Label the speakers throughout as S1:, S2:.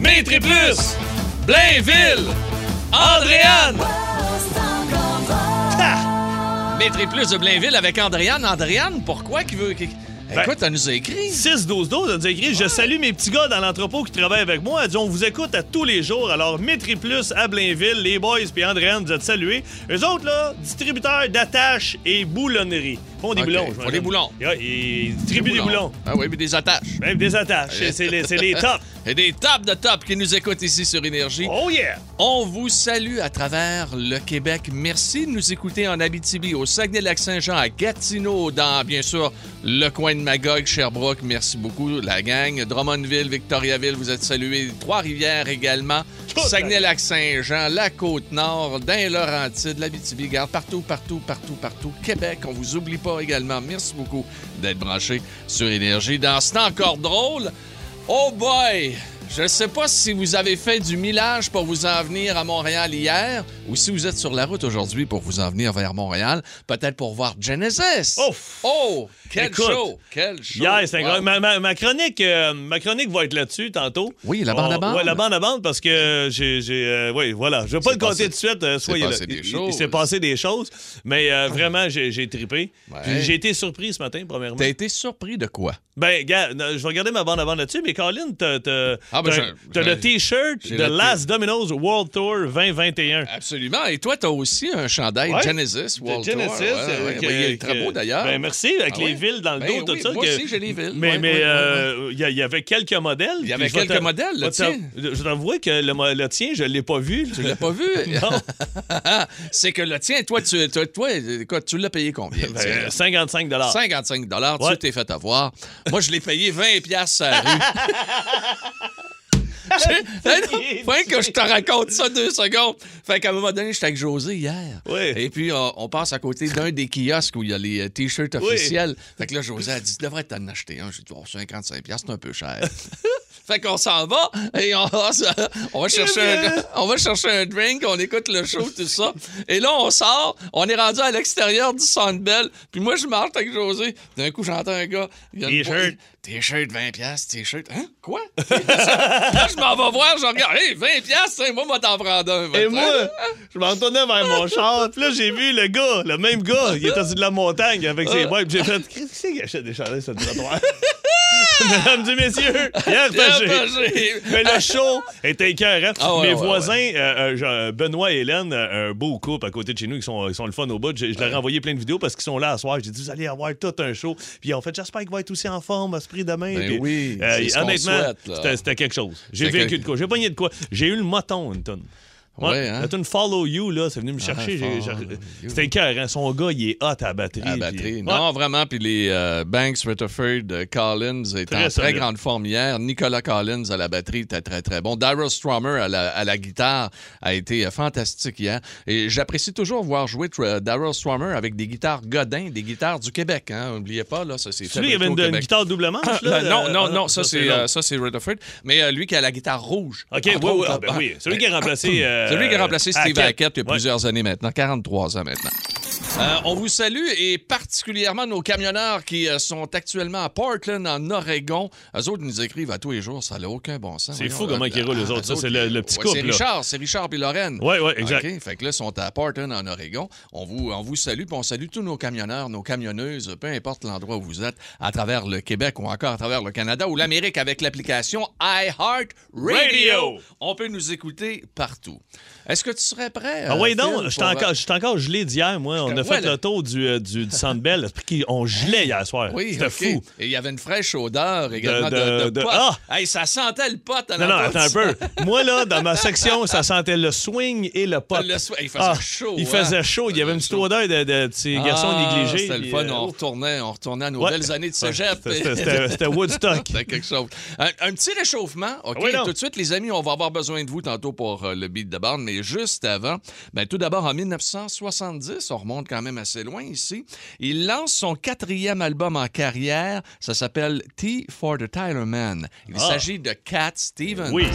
S1: Maître Plus, Blainville, Andréane. Ah! Maître et Plus de Blainville avec Andréane. Andréane, pourquoi qui veut. qui- Écoute, elle nous a écrit.
S2: 6-12-12, on dit écrit Je salue mes petits gars dans l'entrepôt qui travaillent avec moi. Elle dit On vous écoute à tous les jours. Alors, Métri Plus à Blainville, les boys puis Andréane, vous êtes salués. Eux autres, là, distributeurs d'attaches et boulonneries. Font des
S1: Ok,
S2: boulons.
S1: font
S2: j'imagine.
S1: des boulons.
S2: Yeah, Ils distribuent des boulons.
S1: Ah oui, mais des attaches.
S2: Même des attaches. C'est- C'est les, c'est les tops.
S1: Et des tops de tops qui nous écoutent ici sur Énergie.
S2: Oh yeah!
S1: On vous salue à travers le Québec. Merci de nous écouter en Abitibi, au Saguenay-Lac-Saint-Jean, à Gatineau, dans, bien sûr, le coin de Magog, Sherbrooke. Merci beaucoup, la gang. Drummondville, Victoriaville, vous êtes salués. Trois-Rivières également.
S2: Toute la
S1: Saguenay-Lac-Saint-Jean, la Côte-Nord, dans Laurentide, l'Abitibi, garde partout, partout, partout, partout. Québec, on vous oublie pas également. Merci beaucoup d'être branchés sur Énergie. Dans ce temps encore drôle, Oh boy! Je sais pas si vous avez fait du millage pour vous en venir à Montréal hier ou si vous êtes sur la route aujourd'hui pour vous en venir vers Montréal, peut-être pour voir Genesis.
S2: Ouf!
S1: Oh! Quel
S2: Écoute,
S1: show! Quel show!
S2: Hier, c'est
S1: Wow.
S2: incroyable. Ma, ma- ma chronique, euh, ma chronique va être là-dessus tantôt.
S1: Oui, la bande à bande.
S2: Oui, la bande à bande parce que j'ai. j'ai, euh, oui, voilà. Je vais pas
S1: s'est
S2: le compter
S1: passé-
S2: tout de suite. euh, soyez
S1: s'est
S2: là.
S1: passé des
S2: Il- il- Il
S1: choses.
S2: s'est passé des choses. Mais euh, vraiment, j'ai, j'ai trippé.
S1: Ouais.
S2: Puis J'ai été surpris ce matin, premièrement.
S1: T'as été surpris de quoi?
S2: Ben, gars, je vais regarder ma bande à bande là-dessus. Mais Colin, t'as, t'as-
S1: Ah, ben,
S2: t'as-
S1: je-
S2: t'as
S1: je-
S2: le T-shirt
S1: j'ai
S2: de
S1: le T-
S2: Last Domino's World Tour 2021.
S1: Absolument. Et toi, t'as aussi un chandail
S2: Ouais.
S1: Genesis
S2: De
S1: World
S2: Genesis,
S1: Tour. Ouais, Eh
S2: euh,
S1: ouais,
S2: que-
S1: ouais, il est très
S2: que-
S1: beau d'ailleurs.
S2: Ben, merci, avec
S1: Ah
S2: les
S1: ouais?
S2: villes dans le
S1: Ben
S2: dos, tout
S1: oui,
S2: ça.
S1: moi
S2: que-
S1: aussi, j'ai les villes.
S2: Mais
S1: Ouais,
S2: mais,
S1: ouais, ouais,
S2: euh, il y a- il y, avait quelques modèles.
S1: Il y
S2: puis
S1: avait
S2: je vais
S1: quelques
S2: t'av-
S1: modèles, le
S2: je vais t'av-
S1: tien.
S2: Je t'avoue que le, mo- le tien, je l'ai pas vu.
S1: Tu l'as pas vu?
S2: Non.
S1: c'est que le tien, toi, tu, toi, toi, écoute, tu l'as payé combien?
S2: Ben,
S1: tu sais?
S2: 55
S1: 55
S2: Ouais.
S1: tu t'es fait avoir. Moi, je l'ai payé 20 pièces à la rue. Tu- Hey, non, Faut que je te raconte ça deux secondes. Fait qu'à un moment donné, j'étais avec José hier.
S2: Oui.
S1: Et puis, on, on passe à côté d'un des kiosques où il y a les euh, T-shirts officiels. Fait que là, José a dit Tu devrais t'en acheter un. J'ai dit oh, 55 piastres, c'est un peu cher. Fait qu'on s'en va et on, va se- on va chercher un, on va chercher un drink, on écoute le show, tout ça. Et là, on sort, on est rendu à l'extérieur du Sandbell. Puis moi, je marche avec José. D'un coup, j'entends un gars. il y a une
S2: T-shirt.
S1: po- T-shirt, 20 piastres, t-shirt. Hein? Quoi? Là, je m'en vais voir, je regarde. Hey, 20 piastres, hein, moi, moi, t'en prends un.
S2: Et moi, je m'en tournais vers mon char. Puis là, j'ai vu le gars, le même gars, il était sur de la montagne avec ses bois. Puis j'ai fait Qu'est-ce que c'est qu'il achète des chandelles sur le trottoir Mesdames et messieurs, Pierre Pagé.
S1: Pagé.
S2: Mais le show était écœurant.
S1: Ah ouais,
S2: Mes
S1: ouais,
S2: voisins, euh, euh, genre, Benoît et Hélène, euh, un beau couple à côté de chez nous, ils sont, ils sont le fun au bout. Je, je leur ai envoyé plein de vidéos parce qu'ils sont là à soir. J'ai dit, vous allez avoir tout un show. Puis en fait, j'espère qu'ils vont être aussi en forme à ce prix demain.
S1: Ben
S2: Puis, euh,
S1: oui, c'est ce qu'on
S2: honnêtement,
S1: souhaite, là.
S2: c'était- c'était quelque chose. J'ai
S1: C'était
S2: vécu
S1: quelque-
S2: de quoi. J'ai pogné de quoi. J'ai eu le moton, une tonne.
S1: Ouais, hein? Ah,
S2: La tune Follow You, là, c'est venu me chercher. j'ai- j'ai-
S1: Follow You.
S2: C'était écœurant. Son gars, il est hot à la batterie.
S1: À la
S2: puis- euh,
S1: batterie.
S2: Ouais.
S1: Non, vraiment. Puis les euh, Banks, Rutherford, euh, Collins étaient
S2: Très
S1: en très
S2: solide.
S1: grande forme hier. Nicolas Collins à la batterie était très, très bon. Daryl Stromer à la, à la guitare a été euh, fantastique hier. Et j'apprécie toujours voir jouer Tr- Daryl Stromer avec des guitares Godin, des guitaires du Québec. hein. N'oubliez pas, là, ça c'est
S2: Celui, il y avait
S1: fabriqué
S2: une,
S1: au
S2: une
S1: Québec.
S2: guitare double manche. là,
S1: Euh, non,
S2: euh,
S1: non,
S2: ah,
S1: non, ça c'est
S2: l'autre.
S1: euh, ça c'est Rutherford, mais euh, lui qui a la guitare rouge.
S2: OK, oui,
S1: Entre
S2: oui,
S1: autres,
S2: ah, ben
S1: ah,
S2: oui. Celui
S1: euh,
S2: qui a remplacé. euh,
S1: Celui qui a remplacé Steve Hackett il y a
S2: Ouais.
S1: plusieurs années maintenant, 43 ans maintenant. Euh, on vous salue et particulièrement nos camionneurs qui euh, sont actuellement à Portland, en Oregon. Eux autres ils nous écrivent à tous les jours, ça n'a aucun bon sens.
S2: C'est
S1: Voyons,
S2: fou
S1: là,
S2: comment
S1: là,
S2: ils roulent, eux
S1: ah,
S2: autres. Ça,
S1: eux
S2: c'est le- le petit
S1: ouais,
S2: couple,
S1: C'est
S2: là.
S1: Richard, c'est Richard et Lorraine.
S2: Ouais, ouais,
S1: Ah,
S2: exact.
S1: OK, fait que là, ils sont à Portland, en Oregon. On vous, on vous salue, puis on salue tous nos camionneurs, nos camionneuses, peu importe l'endroit où vous êtes, à travers le Québec ou encore à travers le Canada ou l'Amérique avec l'application iHeart Radio.
S2: Radio.
S1: On peut nous écouter partout. Est-ce que tu serais prêt?
S2: Ah oui,
S1: euh,
S2: non,
S1: Phil,
S2: j'étais
S1: pour,
S2: encore,
S1: euh,
S2: j'étais encore gelé d'hier, moi. On
S1: te
S2: a
S1: vois,
S2: fait
S1: là.
S2: le tour du, euh, du, du Centre Bell. On gelait hier soir.
S1: Oui,
S2: C'était
S1: OK.
S2: fou.
S1: Et il y avait une fraîche odeur également de,
S2: De- de-
S1: de
S2: de-
S1: potes.
S2: ah!
S1: Hey, ça sentait le pote à
S2: Non, non,
S1: l'entour.
S2: attends un peu. Moi, là, dans ma section, ça sentait le swing et le pot.
S1: Le swing, il faisait chaud,
S2: Il
S1: hein?
S2: faisait chaud. Il y avait une
S1: Il faisait
S2: petite odeur de, de petits garçons
S1: Ah,
S2: négligés.
S1: C'était le
S2: puis,
S1: fun.
S2: euh,
S1: on, retournait, on retournait à nos
S2: ouais.
S1: belles années de cégep.
S2: C'était- c'était- C'était c'était Woodstock.
S1: C'était quelque chose. Un, un petit réchauffement, OK?
S2: Ah Oui, non.
S1: tout de suite, les amis, on va avoir besoin de vous tantôt pour euh, le beat de bande, mais juste avant, ben, tout d'abord, en 1970, on remonte quand même assez loin ici, il lance son quatrième album en carrière. Ça s'appelle T for the Tyler Man. Il
S2: Ah.
S1: s'agit de Cat Stevens.
S2: Oui.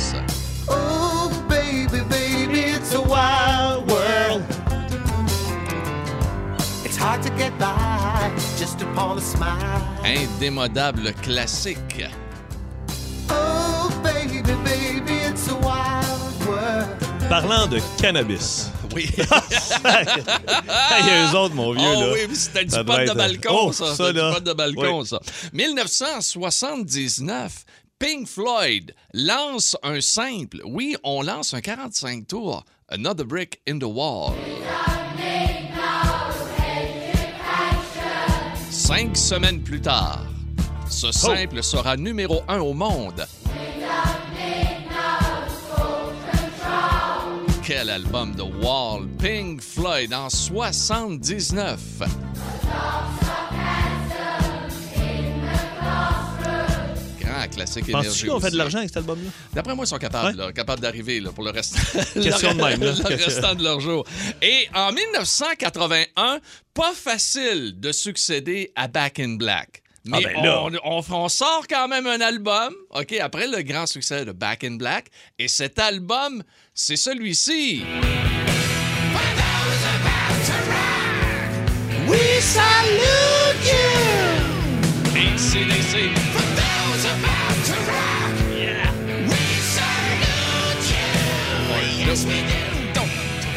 S3: Oh, baby, baby, it's a wild world. It's hard to get by just upon a smile.
S1: Indémodable classique.
S3: Oh, baby, baby, it's
S2: Parlant de cannabis.
S1: Oui.
S2: Hey, eux autres, mon vieux,
S1: Ah
S2: là.
S1: oui, mais c'était du
S2: Ça
S1: pot
S2: devait
S1: de
S2: être-
S1: balcon,
S2: Oh,
S1: ça.
S2: ça,
S1: C'était du
S2: là.
S1: pot de balcon,
S2: Oui.
S1: ça. 1979, Pink Floyd lance un simple. Oui, on lance un 45 tours. Another Brick in the Wall. Cinq semaines plus tard,
S2: Oh.
S1: ce simple sera numéro un au monde. Quel album de Wall, Pink Floyd en 79. Grand classique énergie.
S2: Penses-tu qu'on fait
S1: aussi.
S2: de l'argent avec cet album-là?
S1: D'après moi, ils sont capables,
S2: Ouais.
S1: là, capables d'arriver là, pour le, reste...
S2: Question de même, là.
S1: le restant de leur jour. Et en 1981, pas facile de succéder à Back in Black. Mais
S2: Ah, ben là.
S1: on, on- on sort quand même un album, OK, après le grand succès de Back in Black. Et cet album, c'est celui-ci.
S3: We salute you.
S1: ACDC.
S3: For those about to rock, we salute you. Yes, we do.
S1: Donc,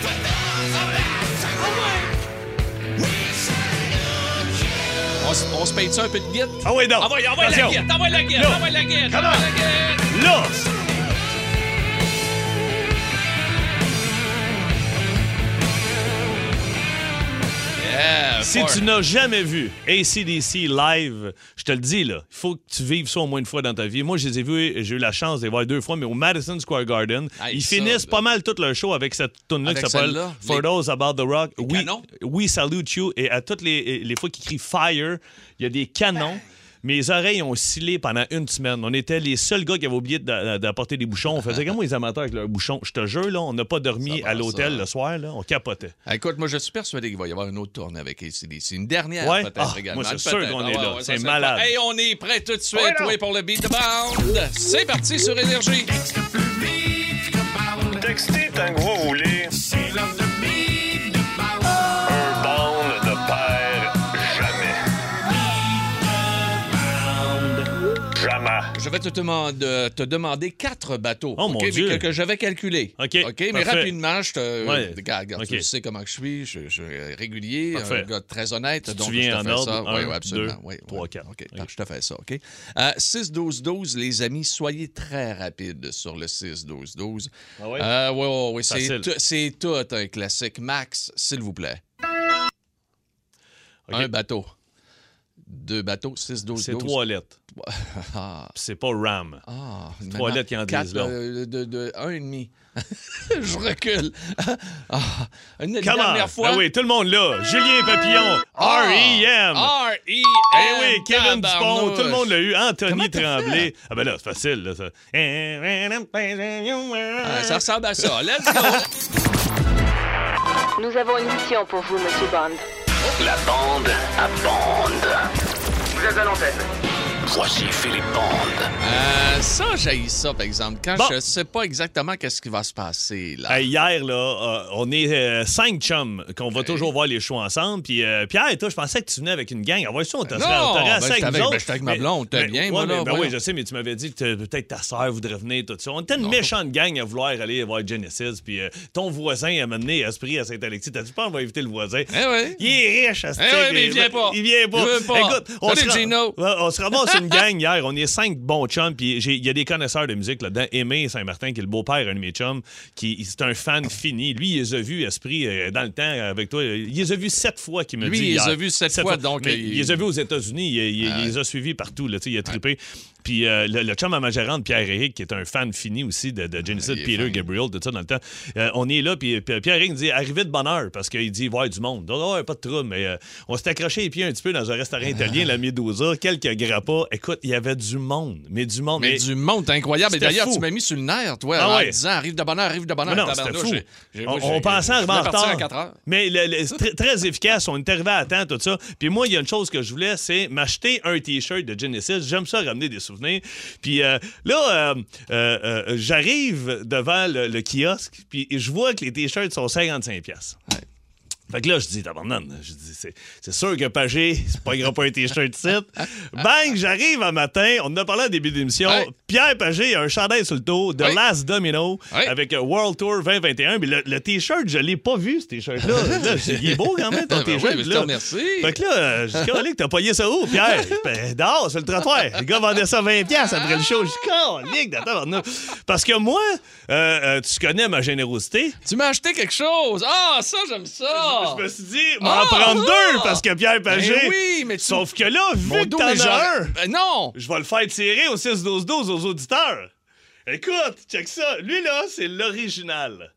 S3: For those about to rock, we salute you.
S1: on, s- on se paye ça un peu de guide?
S2: Ah oui, non.
S1: Envoie, envoie la
S2: Attention.
S1: guide, envoie la guide,
S2: Là.
S1: envoie la guide,
S2: Come on.
S1: envoie la guide.
S2: Là!
S1: Yeah,
S2: Si
S1: four.
S2: tu n'as jamais vu ACDC live, je te le dis, là, il faut que tu vives ça au moins une fois dans ta vie. Moi, je les ai vus, j'ai eu la chance de les voir deux fois, mais au Madison Square Garden,
S1: Hey,
S2: ils
S1: ça,
S2: finissent
S1: là.
S2: pas mal tout leur show avec cette tune-là qui
S1: Avec
S2: s'appelle
S1: celle-là,
S2: For
S1: les-
S2: Those About the Rock. We,
S1: canons.
S2: we Salute You. Et à toutes les, les fois qu'ils crient Fire, il y a des canons. Mes oreilles ont oscillé pendant une semaine. On était les seuls gars qui avaient oublié d'a- d'apporter des bouchons. On faisait comme les amateurs avec leurs bouchons. Je te jure, là, on n'a pas dormi
S1: Ça va,
S2: à
S1: ça.
S2: l'hôtel le soir. Là. On capotait.
S1: Ah, Écoute, moi, je suis persuadé qu'il va y avoir une autre tournée avec ACDC. Une dernière,
S2: Ouais.
S1: peut-être
S2: Ah,
S1: également.
S2: moi, c'est sûr
S1: Peut-être.
S2: qu'on
S1: Ah,
S2: est
S1: ouais,
S2: là.
S1: ouais,
S2: C'est
S1: ça,
S2: malade.
S1: Hey, on est prêt tout de suite,
S2: Ouais, non.
S1: oui, pour le Beat the Bound. C'est parti sur Énergie.
S4: Texter tant que vous voulez. Un bond de père jamais. Jamais.
S1: Je vais te, demande- euh, te demander quatre bateaux.
S2: Oh, mon
S1: OK, mais
S2: Dieu.
S1: Que, que je vais calculer.
S2: OK,
S1: mais
S2: parfait.
S1: rapidement, je te. euh,
S2: Ouais.
S1: Regarde, regarde, tu
S2: OK.
S1: le sais comment que je suis. Je, je suis régulier, un
S2: Parfait.
S1: gars très honnête.
S2: tu
S1: donc
S2: viens
S1: je te
S2: en
S1: fais
S2: ordre,
S1: ça.
S2: un,
S1: oui, oui, absolument.
S2: deux,
S1: Oui,
S2: trois,
S1: oui.
S2: quatre.
S1: OK,
S2: OK.
S1: parfait, je te fais ça. OK? Euh, 6-12-12, les amis, soyez très rapides sur le 6-12-12.
S2: Ah ouais?
S1: Euh, ouais, ouais, ouais, c'est
S2: Facile.
S1: tout- C'est tout un classique. Max, s'il vous plaît.
S2: OK.
S1: Un bateau. Deux bateaux, 6, 12,
S2: C'est
S1: 12.
S2: trois lettres.
S1: Ah,
S2: Puis C'est pas RAM.
S1: Ah,
S2: Trois
S1: maintenant,
S2: lettres qui en
S1: quatre,
S2: disent long.
S1: euh, de, de- un et demi. Je recule. Ah, une
S2: Comment?
S1: dernière fois.
S2: Ah oui, tout le monde là. Julien Papillon,
S1: Ah,
S2: R.E.M.
S1: R.E.M.
S2: Eh oui, Kevin Dupont,
S1: E tabarnouche.
S2: tout le monde l'a eu.
S1: Comment
S2: Anthony
S1: t'as
S2: Tremblay. Ah ben là, c'est facile. Là, ça.
S1: Ah, ça ressemble à ça. Let's go.
S5: Nous avons une mission pour vous, Monsieur Bond.
S6: La bande à bande.
S7: Vous êtes à l'antenne.
S6: Voici Philippe Bande.
S1: Euh, ça, j'ai ça, par exemple. Quand
S2: Bon.
S1: je sais pas exactement qu'est-ce qui va se passer. Là.
S2: Hey, hier, là, euh, on est euh, cinq chums qu'on va toujours voir les shows ensemble. Puis euh, Pierre et toi, je pensais que tu venais avec une gang. Ah ouais, ça, on t'a
S1: Non, ben, j'étais avec- ben, j'étais avec ma blonde, t'es bien, moi, là,
S2: ben,
S1: voyons.
S2: oui, je sais, mais tu m'avais dit que peut-être ta sœur voudrait venir, tout ça. On était une méchante gang à vouloir aller voir Genesis. Puis euh, ton voisin a mené Esprit à Saint-Alexis. T'as dit pas, on va éviter le voisin.
S1: Eh oui.
S2: Il est riche, à ce
S1: Eh
S2: type,
S1: oui, mais il vient pas.
S2: Il vient pas.
S1: Il veut pas.
S2: Écoute, on
S1: Salut,
S2: se, ra-
S1: Gino.
S2: Ouais, on se ramasse une gang hier. On est cinq bons chums. Puis j'ai- il y a des connaisseurs de musique là-dedans. Aimé Saint-Martin, qui est le beau-père un de mes chums, qui c'est un fan fini. Lui, il les a vus, Esprit, euh, dans le temps avec toi. Il les a vus sept fois, qu'il me
S1: Lui,
S2: dit.
S1: il les
S2: hier.
S1: a vus sept fois, donc, euh,
S2: Mais
S1: il-
S2: il les a vus aux États-Unis. Il, il-
S1: Ah
S2: il les a suivis partout. Là, tu sais, il a trippé. Puis euh, le, le chum à ma gérante, Pierre-Éric, qui est un fan fini aussi de, de Genesis,
S1: Ah, il est
S2: Peter
S1: fan.
S2: Gabriel, tout ça dans le temps. Euh, on est là, puis puis Pierre Ring dit arrivé de bonne heure parce qu'il dit voir du monde. Oh, ouais, pas de trouble, mais euh, on s'est accroché les pieds un petit peu dans un restaurant italien, la Medusa, quelques grappas. Écoute, il y avait du monde, mais du monde.
S1: Mais,
S2: mais-
S1: du monde incroyable. Et
S2: C'était
S1: d'ailleurs,
S2: fou.
S1: tu m'as mis sur le nerf, toi,
S2: Ah
S1: en
S2: ouais.
S1: disant arrive de bonheur, arrive de bonheur.
S2: Non, non, c'était
S1: tabarnouche.
S2: fou.
S1: J'ai- j'ai-
S2: On,
S1: moi, j'ai-
S2: on pensait
S1: je
S2: arriver
S1: voulais
S2: en
S1: partir
S2: retard.
S1: à 4 heures.
S2: Mais le- le- c'est très, très efficace, on est arrivé à temps, tout ça. Puis moi, il y a une chose que je voulais, c'est m'acheter un T-shirt de Genesis. J'aime ça ramener des souvenirs. Puis euh, là, euh, euh, euh, j'arrive devant le, le kiosque, puis je vois que les T-shirts sont 55$. Fait que là, je dis, tabarnane, je dis, c'est, c'est sûr que Pagé, c'est pas grand pas un t-shirt site. Bang, j'arrive un matin, on en a parlé au début d'émission.
S1: Ouais.
S2: Pierre Pagé a un chandail sur le dos de
S1: Ouais.
S2: Last Domino
S1: Ouais.
S2: avec euh, World Tour 2021. Mais le, le t-shirt, je l'ai pas vu, ce t-shirt-là. Là, je dis, il est beau quand même, ton
S1: Ben oui,
S2: t-shirt.
S1: mais je te
S2: là.
S1: remercie.
S2: Fait que là, euh, je dis, Calique, t'as pogné ça où, Pierre? ben, dehors, sur le trottoir. Le gars vendait ça 20$ piastres après le show. Je dis, Calique, d'attends, tabarnak. Parce que moi, euh, euh, tu connais ma générosité.
S1: Tu m'as acheté quelque chose. Ah, ça, j'aime ça.
S2: Je me suis dit, m'en
S1: Ah!
S2: prendre deux
S1: Ah!
S2: parce que Pierre Pagé.
S1: Ben oui, mais tu-
S2: Sauf que là, vu
S1: Mon
S2: que
S1: dos,
S2: t'en
S1: mais j'en-
S2: as un,
S1: Ben non.
S2: je vais le faire tirer au 6-12-12 aux auditeurs. Écoute, check ça. Lui, là, c'est l'original.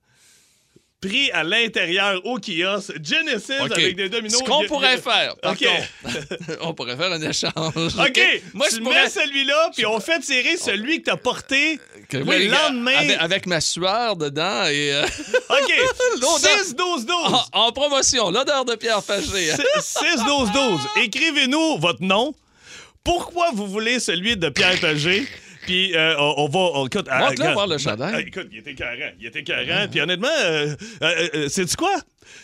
S2: Pris à l'intérieur au kiosque, Genesis
S1: OK.
S2: avec des dominos.
S1: Ce qu'on
S2: Il-
S1: pourrait
S2: il-
S1: faire, par
S2: OK.
S1: contre, on pourrait faire un échange.
S2: OK,
S1: Moi,
S2: tu
S1: je
S2: mets
S1: pourrais...
S2: celui-là, puis on fait tirer celui que t'as porté
S1: Que-
S2: le
S1: oui,
S2: lendemain.
S1: Avec, avec ma sueur dedans et... euh,
S2: OK,
S1: L'odeur.
S2: 6-12-12.
S1: en, en promotion, l'odeur de Pierre hein. Pagé.
S2: 6-12-12. Écrivez-nous votre nom. Pourquoi vous voulez celui de Pierre Pagé? Puis euh, on, on va. on- écoute, ah,
S1: Montre-le
S2: regarde.
S1: voir le
S2: Ah,
S1: chandail.
S2: écoute, il était carré. Il était carré. Puis honnêtement, euh, euh, euh, sais-tu quoi?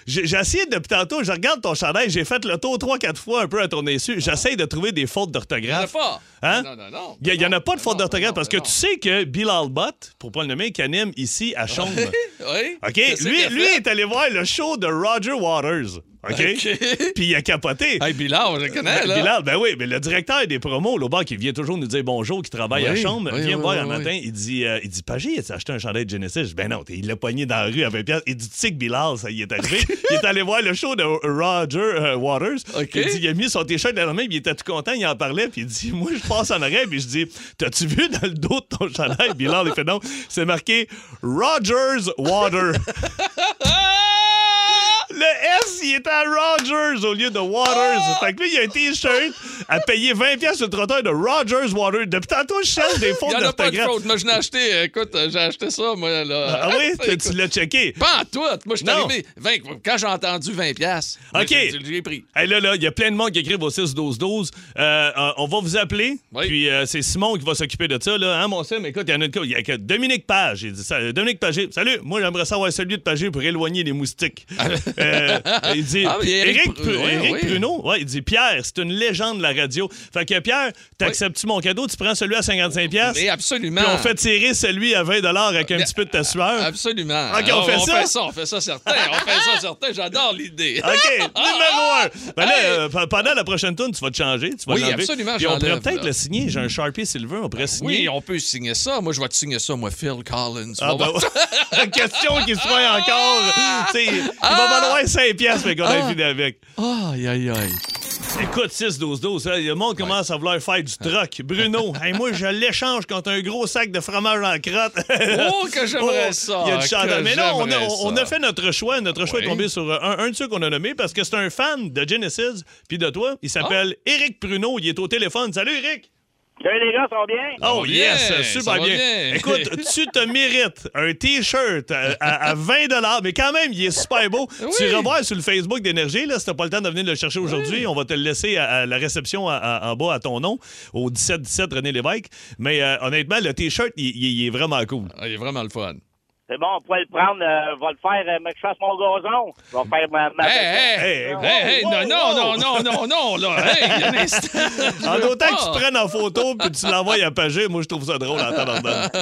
S2: J'ai j'ai essayé depuis tantôt, je regarde ton chandail, j'ai fait le tour 3-4 fois un peu à ton dessus. J'essaye de trouver des
S1: Il
S2: fautes
S1: n'y en a
S2: d'orthographe.
S1: pas.
S2: Hein?
S1: Non, non, non.
S2: Il n'y en a pas de
S1: Non,
S2: fautes
S1: non,
S2: d'orthographe
S1: non,
S2: parce que
S1: non.
S2: tu sais que Bill Albott, pour pas le nommer, qui anime ici à Chaume.
S1: Oui.
S2: OK?
S1: Qu'est-ce
S2: Lui,
S1: qu'il a
S2: lui
S1: fait?
S2: est allé voir le show de Roger Waters. OK?
S1: OK.
S2: Puis il a capoté.
S1: Hey, Bilal, je le connais, là.
S2: Bilal, ben oui, mais le directeur des promos, là-bas, qui vient toujours nous dire bonjour, qui travaille à
S1: Oui,
S2: Chambre,
S1: oui,
S2: vient
S1: oui,
S2: me voir
S1: oui,
S2: un
S1: oui.
S2: matin, il dit, euh, il dit Pagé, as acheté un chandail de Genesis? Je dis, ben non, t'es- il l'a poigné dans la rue à 20 piastres. Il dit, tu sais que Bilal, ça y est arrivé. il est allé voir le show de Roger euh, Waters.
S1: OK.
S2: Il dit, il a mis son t-shirt dans la main, puis il était tout content, il en parlait, puis il dit, moi, je passe en arrière, puis je dis, t'as-tu vu dans le dos de ton chandail? Bilal, il fait non, c'est marqué Rogers Water.
S1: Ah!
S2: Le S, il était à Rogers au lieu de Waters.
S1: Ah!
S2: Fait que lui, il a un t-shirt à payer 20$ sur le trottoir de Rogers Waters. Depuis tantôt, je cherche des
S1: Il n'y
S2: fautes
S1: en a pas de
S2: d'orthographe.
S1: faute. Moi, je l'ai acheté. euh, Écoute, euh, j'ai acheté ça, moi, là.
S2: Ah oui? Tu- Tu
S1: Écoute,
S2: l'as checké.
S1: Pas en tout. Moi, je suis
S2: Non.
S1: arrivé. 20 Quand j'ai entendu 20$, piastres, moi,
S2: OK.
S1: j'ai j'ai pris.
S2: Hey, là, là, il y a plein de monde qui écrivent au 6-12-12. Euh, euh, on va vous appeler.
S1: Oui.
S2: Puis euh, c'est Simon qui va s'occuper de ça. Là. Hein, mon Sim? Écoute, il y en a une co- il y a que Dominique Page. Il dit ça, euh, Dominique Pagé, salut, moi j'aimerais savoir celui de Pagé pour éloigner les moustiques. Euh, il dit
S1: Ah, mais il y a Éric
S2: Éric
S1: Pru-
S2: Pru-
S1: oui,
S2: Éric
S1: oui.
S2: Pruneau, ouais, il dit Pierre, c'est une légende de la radio. Fait que Pierre, t'acceptes-tu mon cadeau? Tu prends celui à 55$? piastres?
S1: Mais absolument.
S2: Puis on fait tirer celui à 20$ avec un
S1: Mais-
S2: petit peu de ta sueur.
S1: Absolument.
S2: OK, on fait ça?
S1: On fait ça, on fait ça, certain. On fait ça, certain. J'adore l'idée.
S2: OK, numéro un. Ben là,
S1: Ah! Hey!
S2: euh, pe- pendant la prochaine tune, tu vas te changer, tu vas
S1: Oui,
S2: l'enlever.
S1: absolument,
S2: Puis on pourrait
S1: j'enlève,
S2: peut-être
S1: là.
S2: le signer. J'ai un Sharpie Sylvain, on pourrait signer.
S1: Oui, on peut signer ça. Moi, je vais te signer ça, moi, Phil Collins.
S2: Ah,
S1: On
S2: ben,
S1: va-
S2: ouais. question qui se fait encore. Tu sais, Il va
S1: Ah!
S2: valoir 5 piastres, mais qu'on a fini avec.
S1: Aïe, aïe, aïe.
S2: Écoute, 6-12-12, là, le monde commence à vouloir faire du troc. Bruno, hey, moi, je l'échange contre un gros sac de fromage en crotte.
S1: Oh, que j'aimerais ça,
S2: Il y a du
S1: que
S2: chandail. Mais là, on a,
S1: j'aimerais
S2: on
S1: ça.
S2: a fait notre choix. Notre choix
S1: Oui.
S2: est tombé sur euh, un, un de ceux qu'on a nommé parce que c'est un fan de Genesis puis de toi. Il s'appelle
S1: Ah.
S2: Eric Pruneau. Il est au téléphone. Salut, Eric.
S7: Salut les gars, ça va bien?
S2: Oh,
S1: va
S2: yes,
S1: bien, ça
S2: super
S1: va
S2: bien.
S1: bien.
S2: Écoute, tu te mérites un T-shirt à, à- à 20 mais quand même, il est super beau. Tu iras voir sur le Facebook d'Énergie, là, si t'as pas le temps de venir le chercher aujourd'hui, on va te le laisser à, à la réception à- à- en bas à ton nom, au 1717 René Lévesque. Mais euh, honnêtement, le T-shirt, il, il- il est vraiment cool.
S1: Ah, Il est vraiment le fun.
S7: C'est bon, on pourrait le prendre, euh, va le faire, euh, mais que je fasse mon gazon. Je vais faire ma... ma
S1: Hey,
S2: Hey,
S1: hey,
S2: wow,
S1: hey, hey,
S2: wow,
S1: non, non,
S2: wow.
S1: non, non, non, non, là, hey, un instant. Je
S2: En
S1: veux
S2: autant que tu
S1: pas.
S2: te prennes en photo puis tu l'envoies à Pagé, moi, je trouve ça drôle en tabarnak.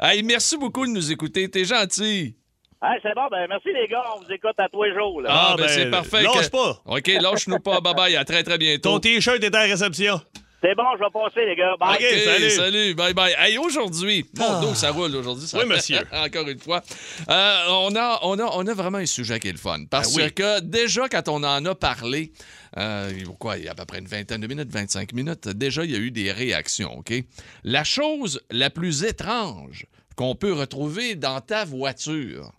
S1: Hey, merci beaucoup de nous écouter, t'es gentil.
S7: Hey, c'est bon, ben merci les gars, on vous écoute à tous les jours. Là.
S1: Ah,
S2: Ah,
S1: ben,
S2: ben,
S1: c'est parfait.
S2: lâche
S1: que-
S2: pas.
S1: OK, lâche-nous pas, bye bye, à très très bientôt.
S2: Ton T-shirt est à la réception.
S7: C'est bon, je vais passer les gars. Bye.
S2: Ok.
S1: OK,
S2: salut.
S1: salut, bye bye. Hey, aujourd'hui, mon
S2: Ah.
S1: dos, ça roule aujourd'hui. Ça...
S2: Oui, monsieur.
S1: Encore une fois. Euh, on, a, on, a, on a vraiment un sujet qui est le fun. Parce
S2: Ah oui.
S1: que déjà, quand on en a parlé, euh, il y a quoi, il y a à peu près une vingtaine de minutes, 25 minutes, déjà, il y a eu des réactions, OK? La chose la plus étrange qu'on peut retrouver dans ta voiture.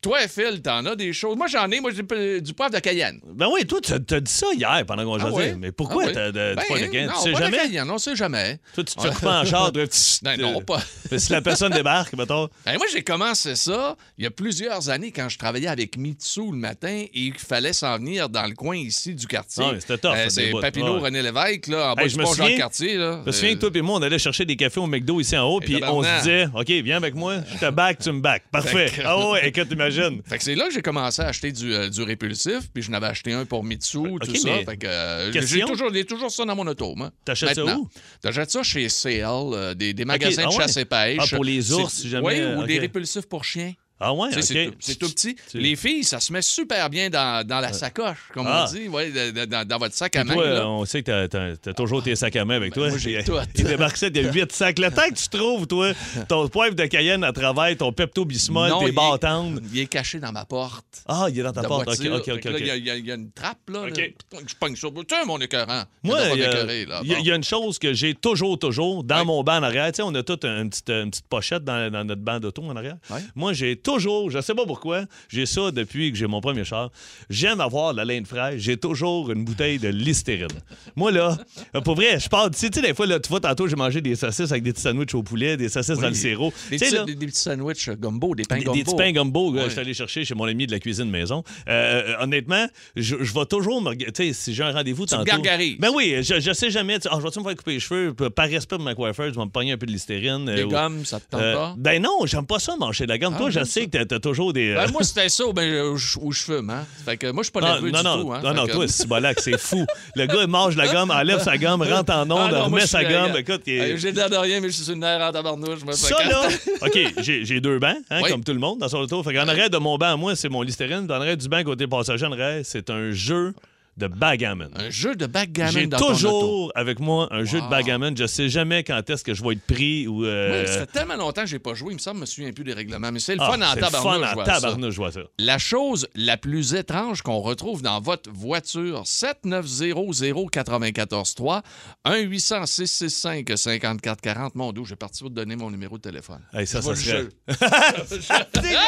S1: Toi, Phil, t'en as des choses. Moi, j'en ai, moi, j'ai p- du poivre de Cayenne.
S2: Ben oui, toi, tu as dit ça hier pendant qu'on
S1: Ah
S2: jasait.
S1: ouais?
S2: Mais pourquoi
S1: Ah ouais?
S2: t'as de,
S1: Ben,
S2: du poil de canne?
S1: non,
S2: Tu sais
S1: pas de
S2: jamais?
S1: Cayenne, on sait jamais.
S2: Toi, tu te fais couper en char. toi, tss,
S1: Non,
S2: tss.
S1: non, pas.
S2: Mais si la personne débarque, mettons.
S1: Ben, moi, j'ai commencé ça il y a plusieurs années quand je travaillais avec Mitsu le matin et il fallait s'en venir dans le coin ici du quartier. Euh,
S2: Ah oui, c'était tough, ça, des
S1: c'est
S2: bouts. Ah,
S1: Papineau,
S2: Ouais.
S1: René Lévesque, là, en bas
S2: Hey,
S1: du
S2: je me
S1: pont
S2: souviens-
S1: Jean-Cartier. là.
S2: Je me souviens que toi et moi, on allait chercher des cafés au McDo ici en haut, puis on se
S1: tabarnak.
S2: disait, OK, viens avec moi, je te back, tu me back. Parfait.
S1: Fait que-
S2: Ah ouais, écoute, j'imagine.
S1: Fait que c'est là que j'ai commencé à acheter du, euh, du répulsif, puis je n'avais acheté un pour Mitsu, tout ça.
S2: mais
S1: Fait que euh,
S2: question?
S1: j'ai toujours, j'ai toujours ça dans mon auto, moi.
S2: T'achètes ça
S1: Maintenant.
S2: où?
S1: T'achètes ça chez CL, euh, des, des magasins
S2: ah
S1: de
S2: ouais.
S1: chasse et pêche.
S2: Ah, pour les ours,
S1: C'est-
S2: si jamais,
S1: Oui, ou
S2: euh,
S1: des
S2: ok.
S1: répulsifs pour chiens.
S2: Ah ouais,
S1: Tu sais, C'est
S2: ok.
S1: tout- c'est tout petit.
S2: Tu-
S1: Les filles, ça se met super bien dans, dans la sacoche, comme
S2: Ah.
S1: on dit, ouais, dans, dans- dans votre sac à main.
S2: Toi,
S1: là.
S2: on sait que t'as- t'as t'as toujours tes sacs à main avec
S1: Ben,
S2: toi.
S1: moi, j'ai
S2: Il-
S1: tout.
S2: Il débarque ça, il y a 8 sacs. Le temps que tu trouves, toi, ton poivre de Cayenne à travers, ton Pepto-Bismol,
S1: Non, il
S2: tes
S1: est-
S2: bartendes.
S1: Il est caché dans ma porte.
S2: Ah, il est dans ta
S1: de
S2: porte. OK,
S1: voiture.
S2: OK,
S1: Fait
S2: OK.
S1: que là,
S2: ok.
S1: Il y, a- il y a une trappe, là.
S2: OK.
S1: là. Poing, Je pogne sur. Tiens, mon écœurant.
S2: Moi,
S1: Il
S2: il y,
S1: doit pas
S2: a,
S1: m'écœurer, là.
S2: il y a-
S1: Bon.
S2: il y a une chose que j'ai toujours, toujours dans
S1: Ouais.
S2: mon banc en arrière. Tu sais, on a toute une petite, une petite pochette dans, dans notre banc d'auto en arrière.
S1: Ouais.
S2: Moi, j'ai toujours, je sais pas pourquoi, j'ai ça depuis que j'ai mon premier char. J'aime avoir de la laine fraîche. J'ai toujours une bouteille de Listerine. Moi, là, euh, pour vrai, je parle. Tu sais, tu sais, des fois, là, tu vois, tantôt, j'ai mangé des saucisses avec des petits sandwichs au poulet, des saucisses dans le
S1: Oui.
S2: sirop.
S1: Des,
S2: Tu sais,
S1: petits-
S2: là,
S1: des- des petits sandwichs gumbo, des pains
S2: des,
S1: gumbo.
S2: des petits pains gumbo. gars,
S1: Ouais.
S2: Je suis allé chercher chez mon ami de la cuisine maison. Euh, euh, honnêtement, je, je vais toujours me. rega- Tu sais, si j'ai un rendez-vous
S1: me
S2: tantôt.
S1: gargarises.
S2: Ben oui, je, je sais jamais. tu- Ah, je vais-tu me faire couper les cheveux? P- Par respect pour ma coiffeuse, je vais me pogner un peu de listérine.
S1: Des gommes, ça te tente pas?
S2: Ben non, j'aime pas ça, manger de la gomme.
S1: Ah,
S2: Toi, je
S1: j'aime
S2: sais
S1: ça.
S2: que t'as- t'as toujours des. euh,
S1: Ben, moi, c'était ça où, ben, où je- où je fume. Hein. Fait que moi, je suis pas
S2: non,
S1: nerveux
S2: non,
S1: du
S2: non,
S1: tout. Hein.
S2: non,
S1: Fait
S2: non,
S1: que-
S2: toi, c'est bolac, c'est fou. Le gars, il mange la gomme, enlève sa gomme, rentre
S1: Ah,
S2: en onde,
S1: non, moi,
S2: remet
S1: je
S2: sa
S1: suis
S2: gomme.
S1: la-
S2: Écoute, il-
S1: Euh, J'ai de l'air de rien, mais je suis sur une nerf en tabarnouche. je me fais
S2: Ça,
S1: quand-
S2: là, OK, j'ai j'ai deux bancs, hein,
S1: Oui.
S2: comme tout le monde, dans son auto. Fait qu'en arrière de mon banc, à moi, c'est mon Listerine. Puis En arrière du banc, côté passager, en arrière, c'est un jeu de backgammon.
S1: Un jeu de backgammon
S2: J'ai
S1: dans ton auto.
S2: toujours avec moi un jeu de
S1: Wow.
S2: backgammon. Je sais jamais quand est-ce que je vais être pris ou... euh,
S1: Oui, ça fait tellement longtemps que j'ai pas joué, il me semble, je me souviens plus des règlements. Mais c'est le
S2: ah,
S1: fun en
S2: c'est le
S1: tabarnouche.
S2: fun
S1: je
S2: en
S1: vois ça.
S2: tabarnouche, je vois ça.
S1: La chose la plus étrange qu'on retrouve dans votre voiture, 7900-943, 1-800-665-5440. Mon doux, j'ai parti vous donner mon numéro de téléphone.
S2: Hey, ça,
S1: Je vois
S2: ça
S1: le
S2: serait-
S1: jeu.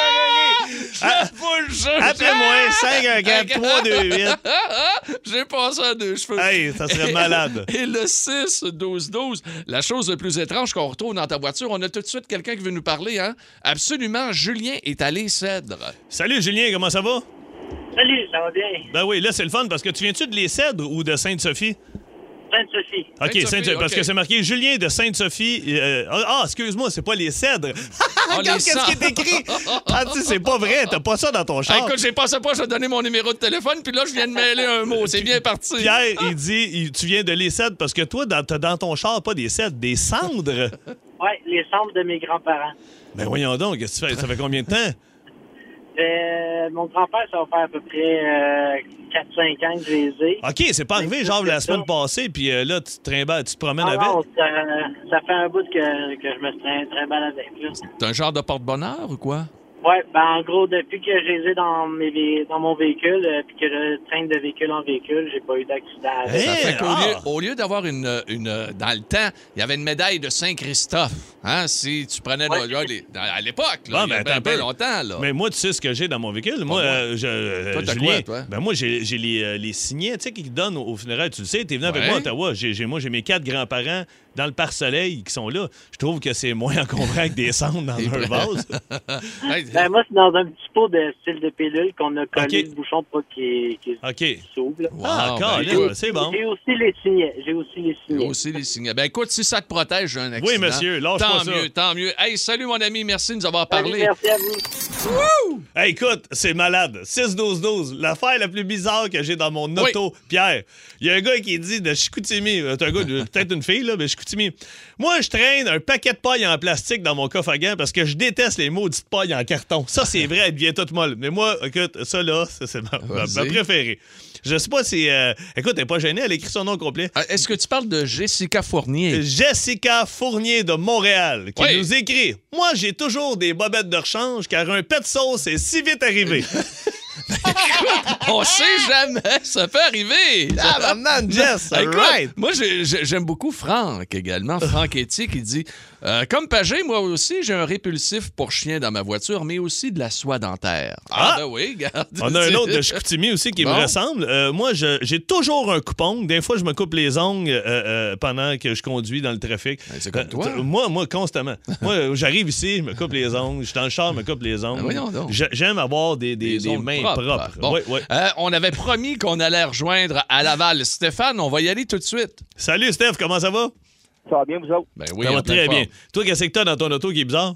S1: Je vois le jeu.
S2: Appelez-moi 514 328
S1: ah, J'ai passé à deux cheveux.
S2: Hey, ça serait malade.
S1: Et le 6-12-12, la chose la plus étrange qu'on retrouve dans ta voiture, on a tout de suite quelqu'un qui veut nous parler, hein? Absolument, Julien est allé cèdre.
S2: Salut Julien, comment ça va?
S7: Salut, ça va bien?
S2: Ben oui, là, c'est le fun parce que tu viens-tu de Les Cèdres ou de Sainte-Sophie?
S7: Plein de soucis.
S2: OK,
S1: Sainte-Sophie,
S2: Sainte-Sophie, parce
S1: OK.
S2: que c'est marqué Julien de Sainte-Sophie. euh, ah, excuse-moi, c'est pas les cèdres. Regarde
S1: les
S2: qu'est-ce
S1: sent.
S2: qui est écrit. Ah, tu sais, c'est pas vrai, t'as pas ça dans ton
S1: Hey,
S2: char.
S1: écoute, j'ai passé pas, je vais donner mon numéro de téléphone, puis là, je viens de mêler un mot. C'est bien parti.
S2: Pierre, il dit, il- tu viens de les cèdres parce que toi, dans, t'as dans ton char, pas des cèdres, des cendres.
S7: Ouais, les cendres de mes grands-parents.
S2: Ben voyons donc, qu'est-ce que tu fais? Ça fait combien de temps?
S7: Euh, mon grand-père, ça va faire à peu près euh, 4-5 ans que je les
S1: Ah,
S7: ai.
S2: OK, c'est pas arrivé, genre, la semaine passée, puis euh, là, tu te trimbales, tu te promènes
S7: Ah
S2: avec.
S7: non, ça, ça fait un bout que, que je me suis très, très mal avec. là.
S1: T'es un genre de porte-bonheur ou quoi?
S7: Ouais, ben en gros, depuis que je les ai dans, mes, vé- dans mon véhicule, euh, puis que je traîne de véhicule en véhicule, j'ai pas eu d'accident. avec.
S2: Hey!
S1: Fait qu'au
S2: ah!
S1: lieu, au lieu d'avoir une, une. euh, Dans le temps, il y avait une médaille de Saint-Christophe. Hein, si tu prenais. dans- là, les- dans- à l'époque, là, il y a
S2: Bon, ben,
S1: bien,
S2: attends un
S1: bien
S2: peu.
S1: longtemps. Là.
S2: Mais moi, tu sais ce que j'ai dans mon véhicule. Moi,
S1: Pas moi.
S2: euh, je. euh,
S1: Toi, t'as
S2: Julien,
S1: quoi, toi?
S2: Ben, moi, j'ai j'ai les, euh, les signets, tu sais, qu'ils donnent aux funérailles. Tu le sais, t'es venu avec
S1: Ouais.
S2: moi à Ottawa. J'ai- j'ai- moi, j'ai mes quatre grands-parents dans le pare-soleil qui sont là. Je trouve que c'est moins encombrant que des cendres dans
S1: C'est
S2: un
S1: vrai.
S2: vase.
S1: Hey,
S7: Ben moi, c'est dans un petit pot de style de pilule qu'on a collé
S2: Ok.
S7: le bouchon pour pas qu'il qu'il
S2: OK.
S7: s'ouvre. là.
S1: wow,
S2: Ah,
S1: ben,
S2: Colin,
S1: écoute,
S2: c'est bon.
S7: J'ai aussi les signets. J'ai aussi les
S1: il y
S7: signets.
S1: a aussi les signaux. Ben écoute, si ça te protège d'un accident.
S2: monsieur, lâche
S1: Tant
S2: pas ça.
S1: mieux, tant mieux. Hey, salut mon ami, merci de nous avoir
S7: Salut,
S1: parlé.
S7: merci à vous.
S2: Hey, écoute, c'est malade. 6-12-12, l'affaire la plus bizarre que j'ai dans mon
S1: Oui.
S2: auto. Pierre, il y a un gars qui dit de Chicoutimi, euh, c'est un gars, de- peut-être une fille, là, mais Chicoutimi. Moi, je traîne un paquet de pailles en plastique dans mon coffre à gants parce que je déteste les maudites pailles en carton. Ça, c'est vrai, elle devient toute molle. Mais moi, écoute, ça, là, ça, c'est ma, ma- ma
S1: Vas-y.
S2: préférée. Je sais pas si... euh, écoute, elle est pas gênée, elle écrit son nom complet.
S1: Ah, Est-ce que tu parles de Jessica Fournier?
S2: Jessica Fournier de Montréal qui
S1: Oui.
S2: nous écrit Moi, j'ai toujours des bobettes de rechange car un pet de sauce est si vite arrivé.
S1: On sait jamais, ça peut arriver.
S2: Tabarnak, Jess, all
S1: Écoute,
S2: right.
S1: Moi, j'ai- j'ai- j'aime beaucoup Franck également. Franck Etty qui dit euh, Comme Pagé, moi aussi, j'ai un répulsif pour chien dans ma voiture, mais aussi de la soie dentaire.
S2: Ah!
S1: ben oui, regarde.
S2: On a un autre de Chicoutimi aussi qui
S1: Bon.
S2: me ressemble. Euh, moi, je- j'ai toujours un coupon. Des fois, je me coupe les ongles euh, euh, pendant que je conduis dans le trafic.
S1: Ben, c'est comme
S2: Euh,
S1: toi.
S2: t- Moi, moi, constamment. moi, euh, j'arrive ici, je me coupe les ongles. Je suis dans le char, je me coupe les ongles.
S1: Ben, voyons donc.
S2: J'a- J'aime avoir des,
S1: Des
S2: des- des
S1: ongles
S2: mains
S1: propres.
S2: propres.
S1: Bon.
S2: Oui, oui.
S1: Euh, on avait promis qu'on allait rejoindre à Laval Stéphane. On va y aller tout de suite.
S2: Salut, Steph, comment ça va?
S8: Ça va bien, vous autres?
S1: Ben oui,
S2: ça
S1: en
S2: va
S1: pleine
S2: très
S1: forme.
S2: bien. Toi, qu'est-ce que t'as dans ton auto qui est bizarre?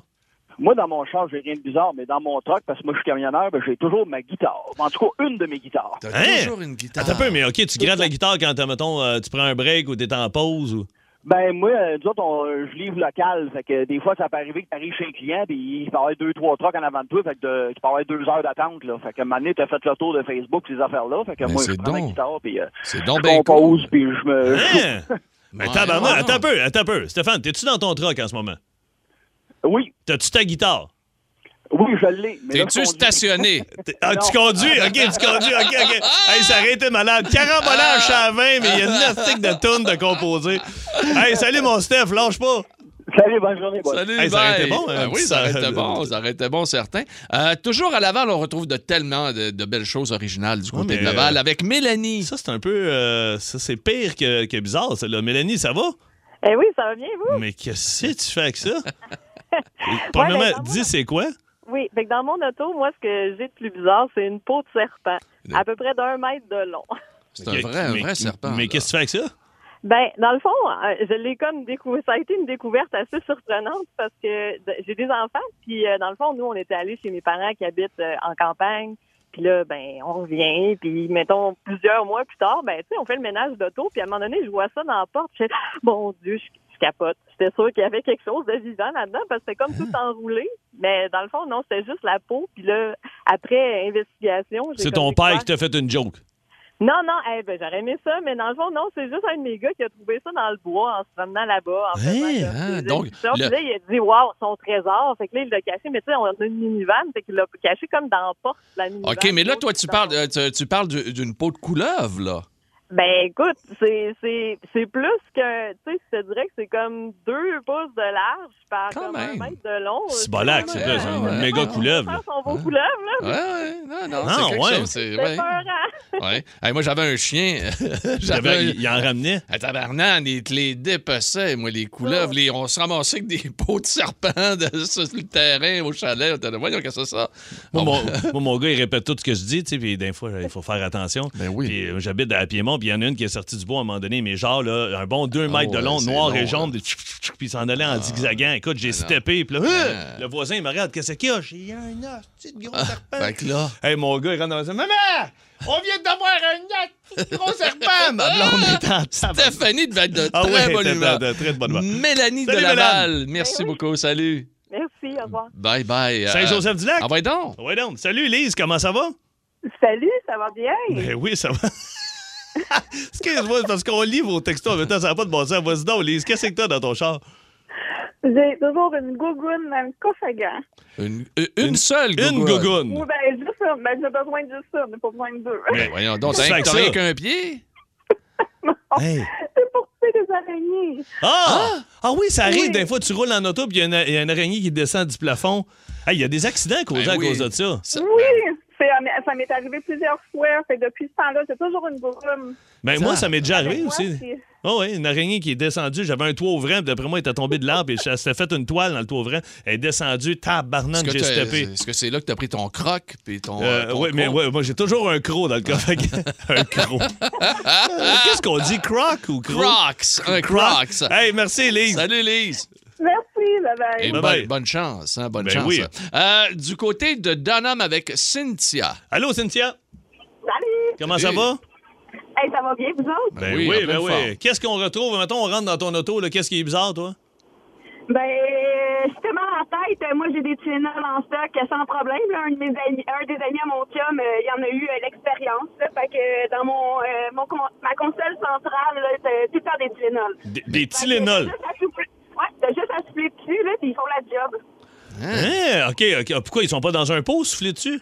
S8: Moi, dans mon char, j'ai rien de bizarre, mais dans mon truck, parce que moi, je suis camionneur, ben, j'ai toujours ma guitare. En tout cas, une de mes guitares.
S1: T'as
S2: Hein?
S1: toujours une guitare.
S2: Attends un peu, mais OK, tu grattes la guitare quand, euh, mettons, euh, tu prends un break ou t'es en pause ou...
S8: Ben, moi, euh, nous autres, on- je livre local. Fait que des fois, ça peut arriver que t'arrives chez un client, puis il peut y avoir deux, trois trucks en avant de toi. Fait que de- il peut y avoir deux heures d'attente, là. Fait que, un moment donné, t'as fait le tour de Facebook, ces affaires-là. Fait que
S1: Mais
S8: Ben, moi,
S1: c'est
S8: je prends ma
S1: donc-
S8: guitare, puis euh,
S1: C'est
S8: je
S1: donc bien
S8: compose,
S1: cool.
S8: puis je me...
S2: Hein? Mais
S1: Ouais,
S2: tabarnak,
S1: ouais, ouais.
S2: attends un peu, attends un peu. Stéphane, t'es-tu dans ton truck en ce moment?
S8: Oui,
S2: T'as-tu ta guitare?
S8: oui, je l'ai. mais là, je
S1: T'es-tu
S8: conduis.
S1: stationné?
S2: T'es- Ah,
S8: Non.
S2: tu conduis? OK, tu conduis, OK, OK. Hey, ça aurait été malade. Carambolage à 20, mais il y a une astique de tonnes de composer. Hey, salut mon Steph, lâche pas.
S8: Salut, bonne journée, boys.
S1: Salut,
S2: Hey, ça aurait
S1: bye.
S2: été bon, hein,
S1: Ah
S2: un
S1: oui,
S2: petit
S1: ça aurait
S2: ça-
S1: été bon, ça aurait été bon, certain. Euh, toujours à Laval, on retrouve de tellement de, de belles choses originales du côté
S2: mais,
S1: de Laval
S2: euh,
S1: avec Mélanie.
S2: Ça, c'est un peu... euh, ça, c'est pire que, que bizarre, ça, là. Mélanie, ça va?
S9: Eh oui, ça va bien, vous?
S2: Mais qu'est-ce que tu fais avec ça? Premièrement,
S9: ben, dans
S2: dis
S9: mon-
S2: c'est quoi?
S9: Oui, fait que dans mon auto, moi, ce que j'ai de plus bizarre, c'est une peau de serpent, à peu près d'un mètre de long.
S1: C'est un vrai, un
S2: Mais-
S1: vrai serpent.
S2: Mais
S1: là.
S2: qu'est-ce que tu fais avec ça?
S9: Ben, dans le fond, euh, je l'ai comme découvert. Ça a été une découverte assez surprenante parce que de- j'ai des enfants. Puis, euh, dans le fond, nous, on était allés chez mes parents qui habitent euh, en campagne. Puis là, ben, on revient. Puis, mettons, plusieurs mois plus tard, ben, tu sais, on fait le ménage d'auto. Puis, à un moment donné, je vois ça dans la porte. Je fais, mon Dieu, je, je capote. J'étais sûre qu'il y avait quelque chose de vivant là-dedans parce que c'était comme tout enroulé. Mais dans le fond, non, c'était juste la peau. Puis là, après euh, investigation, j'ai
S2: C'est
S9: comme
S2: ton père qui
S9: découvert-
S2: t'a fait une joke.
S9: non, non, eh ben, j'aurais aimé ça, mais dans le fond, non, c'est juste un de mes gars qui a trouvé ça dans le bois en se promenant là-bas. En faisant
S2: Hein,
S9: comme
S1: hein,
S9: des
S1: donc,
S9: émissions. Puis
S1: le-
S9: là, il a dit, waouh, son trésor. Fait que là, il l'a caché, mais tu sais, on a une minivan, fait qu'il l'a caché comme dans la porte de la minivan.
S1: OK, mais là, toi, tu
S9: Dans-
S1: parles, euh, tu, tu parles du- d'une peau de couleuvre, là.
S9: Ben, écoute, c'est, c'est, c'est plus que, tu sais, je te dirais que c'est comme deux pouces de large par
S1: Quand
S9: comme un
S1: même.
S9: mètre de
S10: Oh,
S9: long.
S2: C'est bolac, c'est
S1: plus, hein,
S9: vraiment, euh,
S1: une
S2: méga
S9: on- on
S2: couleuvre,
S9: pense qu'on va aux
S1: Hein?
S9: couleuvres, là.
S1: Ouais, ouais, non, non,
S2: Ah,
S1: c'est quelque
S2: ouais.
S1: chose, c'est-
S9: C'est
S1: ouais,
S9: peurant.
S1: ouais. Hey, moi, j'avais un chien. j'avais un...
S2: Il il en ramenait.
S1: À tabarnan, Ah, il te les dépassait, moi, les couleuvres. les- On se ramassait avec des pots de serpents de- sur le terrain, au chalet. On était là, voyons, qu'est-ce que c'est ça?
S2: Moi,
S1: On-
S2: mon, moi, mon gars, il répète tout ce que je dis, tu sais, puis des fois, il faut faire attention.
S1: Ben oui.
S2: Puis euh, j'habite à Piémont, puis il y en a une qui est sortie du bois à un moment donné, mais genre, là, un bon 2
S1: Ah
S2: mètres de
S1: ouais,
S2: long,
S1: c'est
S2: noir et
S1: long, Ah.
S2: jaune,
S1: hein.
S2: des tchouc, tchouc, tchouc, puis il s'en allait en zigzagant. Écoute, j'ai steppé, puis là,
S1: Ah.
S2: Hein! le voisin, il me regarde, qu'est-ce qu'il y a? J'ai un os, petit gros serpent.
S1: Ah, Fait que là,
S2: Hey, mon gars, il rentre dans la maison. Maman, on vient d'avoir un os, petit gros serpent. Ma blonde est en tabarnak.
S1: Stéphanie devait être de
S2: Ah
S1: très
S2: ouais,
S1: bonne
S2: t'es-
S1: humeur.
S2: t'es- t'es très de bonne humeur.
S1: Mélanie
S2: Salut,
S1: de Laval, merci
S9: Ben oui.
S1: beaucoup, salut.
S9: Merci, au revoir.
S1: Bye bye. euh,
S2: Saint-Joseph-du-Lac.
S1: Ah ouais donc.
S2: Ouais, donc. Salut, Lise, comment ça va?
S9: Salut, ça va bien?
S2: Ben oui, ça va. Excuse-moi, c'est parce qu'on lit vos textos en même temps, ça n'a pas de bon sens. Vas-y donc, Lise, qu'est-ce que t'as dans ton char?
S9: J'ai toujours une gougoune dans le coffre à gants.
S1: Une, une- une seule
S2: Une
S9: Ou
S2: gogoune.
S9: ben, juste ça. Ben, j'ai besoin de juste ça, mais pas besoin de deux.
S1: Ben voyons donc,
S2: Ça
S1: t'as
S2: fait
S1: rien-
S2: que
S1: t'as rien
S2: ça.
S1: qu'un pied?
S2: Hey.
S9: C'est pour tuer des araignées.
S2: Ah! ah oui, ça arrive.
S9: Oui.
S2: Des fois, tu roules en auto puis il y, a une- il y a une araignée qui descend du plafond. Hey, Il y a des accidents causés
S1: Ben
S2: à
S1: oui.
S2: cause de ça.
S1: Ça-
S9: Oui, c'est- euh, ça m'est arrivé plusieurs fois. Fait que depuis ce temps-là, j'ai toujours une gougoune.
S2: Ben,
S1: Ça.
S2: moi, ça m'est déjà
S9: Avec
S2: arrivé
S9: moi,
S2: aussi.
S9: c'est-
S2: Oh oui, une araignée qui est descendue. J'avais un toit ouvrant, puis d'après moi, elle était tombée de l'arbre, et elle s'était fait une toile dans le toit ouvrant. Elle est descendue,
S1: Est-ce
S2: tabarnane,
S1: que
S2: j'ai
S1: t'as-
S2: steppé.
S1: est-ce que c'est là que t'as pris ton croc puis ton.
S2: Euh,
S1: ton
S2: oui, mais
S1: croc?
S2: ouais, moi, j'ai toujours un croc dans le coffre. un croc. Euh, Qu'est-ce qu'on dit, croc ou croc?
S1: Crocs! Un
S2: Crocs.
S1: Crocs!
S2: Hey, merci, Lise.
S1: Salut Lise!
S9: Merci, la veille.
S1: Et
S2: Bye
S1: bonne,
S2: bye.
S1: bonne chance, hein, bonne
S2: Ben
S1: chance.
S2: oui.
S1: Euh, du côté de Donham avec Cynthia.
S2: Allô, Cynthia.
S9: Salut!
S2: Comment
S1: Salut.
S2: ça va?
S9: Hey, ça va bien, vous autres?
S1: en pleine
S2: ben
S1: forme.
S2: oui. Qu'est-ce qu'on retrouve? Mettons, on rentre dans ton auto. là, Qu'est-ce qui est bizarre, toi?
S9: Ben, justement, en tête, euh, moi, j'ai des Tylenol en stock euh, sans problème. là. Un, de mes amis, un des amis à mon chum, euh, il y en a eu euh, l'expérience. là. Fait que euh, dans mon, euh, mon con- ma console centrale, là, c'est tout le temps des Tylenol.
S2: Des, des Tylenol.
S9: Fait que t'as juste à souffler- Ouais, t'as juste à souffler dessus, là, puis ils font la job.
S2: Hein? OK, OK. Ah, Pourquoi ils sont pas dans un pot, soufflé dessus?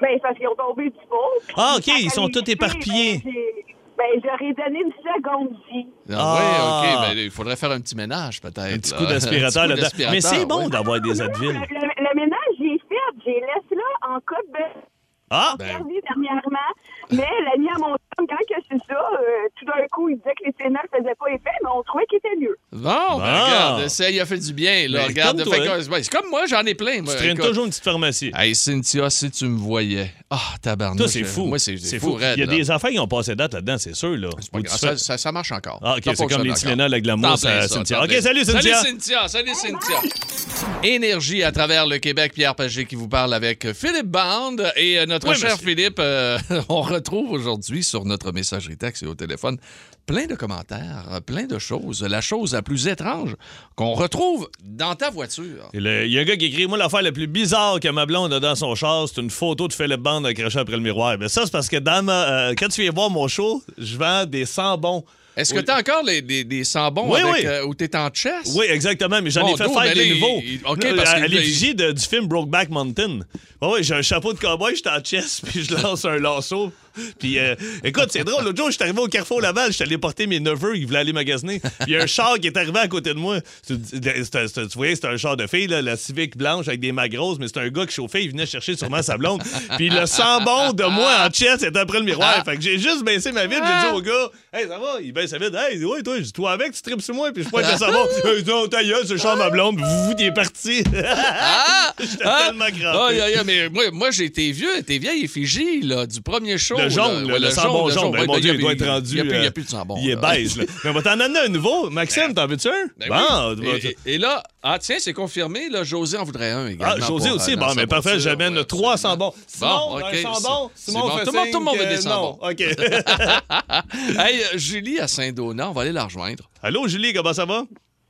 S9: Ben, c'est parce qu'ils ont tombé du pot.
S2: Ah, OK, ils sont tous éparpillés.
S9: Ben, j'ai- ben, j'aurais donné une seconde vie.
S1: Ah, oui,
S2: Ah.
S1: OK. ben, il faudrait faire un petit ménage, peut-être.
S2: Un petit
S1: là.
S2: coup d'aspirateur
S1: Un petit coup
S2: là-dedans. Mais
S1: d'aspirateur,
S2: c'est bon
S1: oui.
S2: d'avoir des Advil.
S9: Le, le- le ménage, j'ai fait. J'ai laissé là en cas de
S2: Ah!
S1: Ben,
S9: perdu dernièrement. Mais l'ami à mon chum, quand que c'est ça, euh, tout
S10: d'un coup, il disait que les sénats ne faisaient pas effet, mais on trouvait qu'il était mieux.
S1: Bon, ben, regarde, ça il a fait du bien. Là,
S2: Mais
S1: regarde,
S2: comme
S1: fait
S2: toi,
S1: que- ben, c'est comme moi, j'en ai plein. moi,
S2: Tu traînes
S1: écoute.
S2: toujours une petite pharmacie.
S1: Hey, Cynthia, si tu me voyais. Ah, tabarnak.
S2: Toi, c'est fou.
S1: Moi, c'est c'est fou, raide,
S2: Il y a
S1: là.
S2: des affaires qui ont passé date là-dedans, c'est sûr. Là.
S1: C'est pas
S2: Ou tu
S1: grave,
S2: fais-
S1: ça, ça- ça marche encore.
S2: Ah, OK,
S1: T'as
S2: c'est
S1: pas
S2: comme
S1: ça
S2: les
S1: encore.
S2: Tylenol avec de l'amour,
S1: T'en
S2: ça-
S1: plein
S2: Cynthia.
S1: t'en
S2: OK,
S1: plein.
S2: salut, Cynthia.
S1: Salut Cynthia, salut Cynthia. Énergie à travers le Québec, Pierre Pagé qui vous parle avec Philippe Bande et euh, notre
S2: Oui,
S1: cher
S2: monsieur.
S1: Philippe, euh, on retrouve aujourd'hui sur notre messagerie texte et au téléphone plein de commentaires, plein de choses. La chose la plus étrange qu'on retrouve dans ta voiture.
S2: Et le- Il y a un gars qui écrit Moi, l'affaire la plus bizarre que ma blonde a dans son char, c'est une photo de Philippe Bande accrochée après le miroir. Mais ça, c'est parce que dans ma- euh, quand tu viens voir mon show, je vends des sambons.
S1: Est-ce que t'as encore les, des, des sambons
S2: Oui,
S1: avec,
S2: oui.
S1: euh, où t'es en chess?
S2: Oui, exactement, mais j'en
S1: Bon,
S2: ai fait
S1: d'où,
S2: faire
S1: mais
S2: des
S1: là,
S2: nouveaux. Euh,
S1: il- il- OK, parce
S2: à
S1: que-
S2: à l'effigie de- du film Brokeback Mountain. Ouais, ouais, j'ai un chapeau de cowboy, je suis en chess, puis je lance un lasso. Puis euh, écoute, c'est drôle, l'autre jour, je suis arrivé au Carrefour Laval, je suis allé porter mes neveux, ils voulaient aller magasiner. Puis il y a un char qui est arrivé à côté de moi. C'est- c'est- c'est- Tu voyais, c'était un char de fille, là, la Civic blanche avec des magroses, mais c'était un gars qui chauffait, il venait chercher sûrement sa blonde. Puis le sambon de moi en chess était après le miroir. Fait que j'ai juste baissé ma vitre, j'ai dit au gars, hey, ça va? Il baisse sa vitre, hey, ouais, toi, je dis, toi avec, tu tripes sur moi, puis je pointe le sambon. Hey, non, ta gueule, c'est le char de ma blonde, puis vous, vous, il est parti.
S1: Ah!
S2: J'étais
S1: Ah!
S2: tellement
S1: Ah,
S2: crampé.
S1: yeah, yeah, mais moi, moi j'ai été vieux, tes vieilles effigies là, du premier show.
S2: Le
S1: là.
S2: jaune,
S1: Ouais,
S2: le, le sambon jaune.
S1: Ouais,
S2: Ben, mon
S1: ben, y
S2: Dieu,
S1: a
S2: il doit
S1: plus-
S2: être rendu.
S1: Il n'y a,
S2: euh,
S1: plus de sambon.
S2: Il est
S1: là.
S2: beige, là. Mais on va t'en amener un nouveau. Maxime, t'en veux-tu un?
S1: Ben oui.
S2: bon, tu vas-
S1: et, et- et là, ah tiens, c'est confirmé, là, José en voudrait un également.
S2: Ah, José
S1: pour, euh,
S2: aussi.
S1: dans
S2: Bon,
S1: sa
S2: mais parfait,
S1: voiture,
S2: j'amène
S1: ouais.
S2: 300 bons. Simon,
S1: Bon,
S2: un
S1: OK,
S2: sans
S1: c'est-
S2: bon.
S1: c'est
S2: Simon
S1: bon.
S2: fait
S1: Tout le monde-
S2: signe
S1: tout le monde veut
S2: que
S1: des sans
S2: non.
S1: bons.
S2: OK.
S1: Hey, euh, Julie à Saint-Donat, on va aller la rejoindre.
S2: Allô, Julie, comment ça va?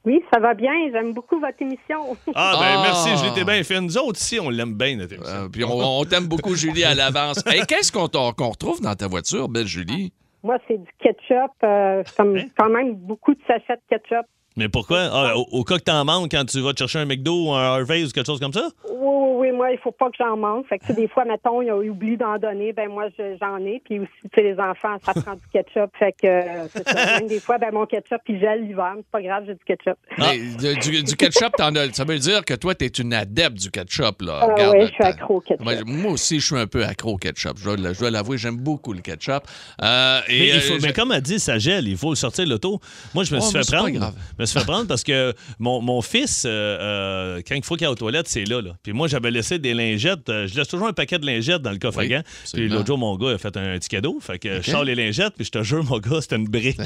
S11: Oui, ça va bien. J'aime beaucoup votre émission.
S2: Ah, ben
S1: Ah.
S2: merci, Julie, t'es bien fine. Nous autres, ici, on l'aime bien, notre émission.
S1: Euh, puis on, on t'aime beaucoup, Julie, à l'avance. Hey, qu'est-ce qu'on t'en- qu'on retrouve dans ta voiture, belle Julie?
S11: Moi, c'est du ketchup. euh, comme
S1: Hein?
S11: quand même beaucoup de sachets de ketchup.
S2: Mais pourquoi? Ah, au, au cas que t'en manques quand tu vas te chercher un McDo ou un Harvey's ou quelque chose comme ça?
S11: Oui, oui, oui. Moi, il faut pas que j'en manque. Fait que, tu sais, des fois, mettons, il oublie d'en donner. Ben moi, je- j'en ai. Puis aussi, tu sais, les enfants, ça prend du ketchup. Fait que euh, c'est ça. Même des fois, ben mon ketchup, il gèle l'hiver. mais C'est pas grave, j'ai du ketchup.
S2: Ah.
S1: Mais, de- du, du ketchup, t'en as. Ça veut dire que toi, t'es une adepte du ketchup, là.
S11: Ah
S1: Regarde,
S11: ouais, je suis
S1: t'as-
S11: accro au ketchup.
S1: Moi, je- moi aussi, je suis un peu accro au ketchup. Je dois, le- je dois l'avouer, j'aime beaucoup le ketchup. Euh, et,
S2: Mais, il
S1: euh,
S2: faut-
S1: je-
S2: mais comme elle dit, ça gèle, il faut le sortir de l'auto. Moi, je me
S1: Ouais,
S2: suis
S1: mais
S2: fait
S1: c'est pas
S2: prendre.
S1: grave.
S2: Je me suis fait prendre parce que mon, mon fils, euh, euh, quand il faut qu'il aille aux toilettes, c'est là, là. Puis moi, j'avais laissé des lingettes. euh, je laisse toujours un paquet de lingettes dans le coffre
S1: Oui,
S2: à gants. Puis
S1: absolument.
S2: l'autre jour, mon gars a fait un petit cadeau. Fait que je sors les lingettes, puis je te jure, mon gars, c'était une brique.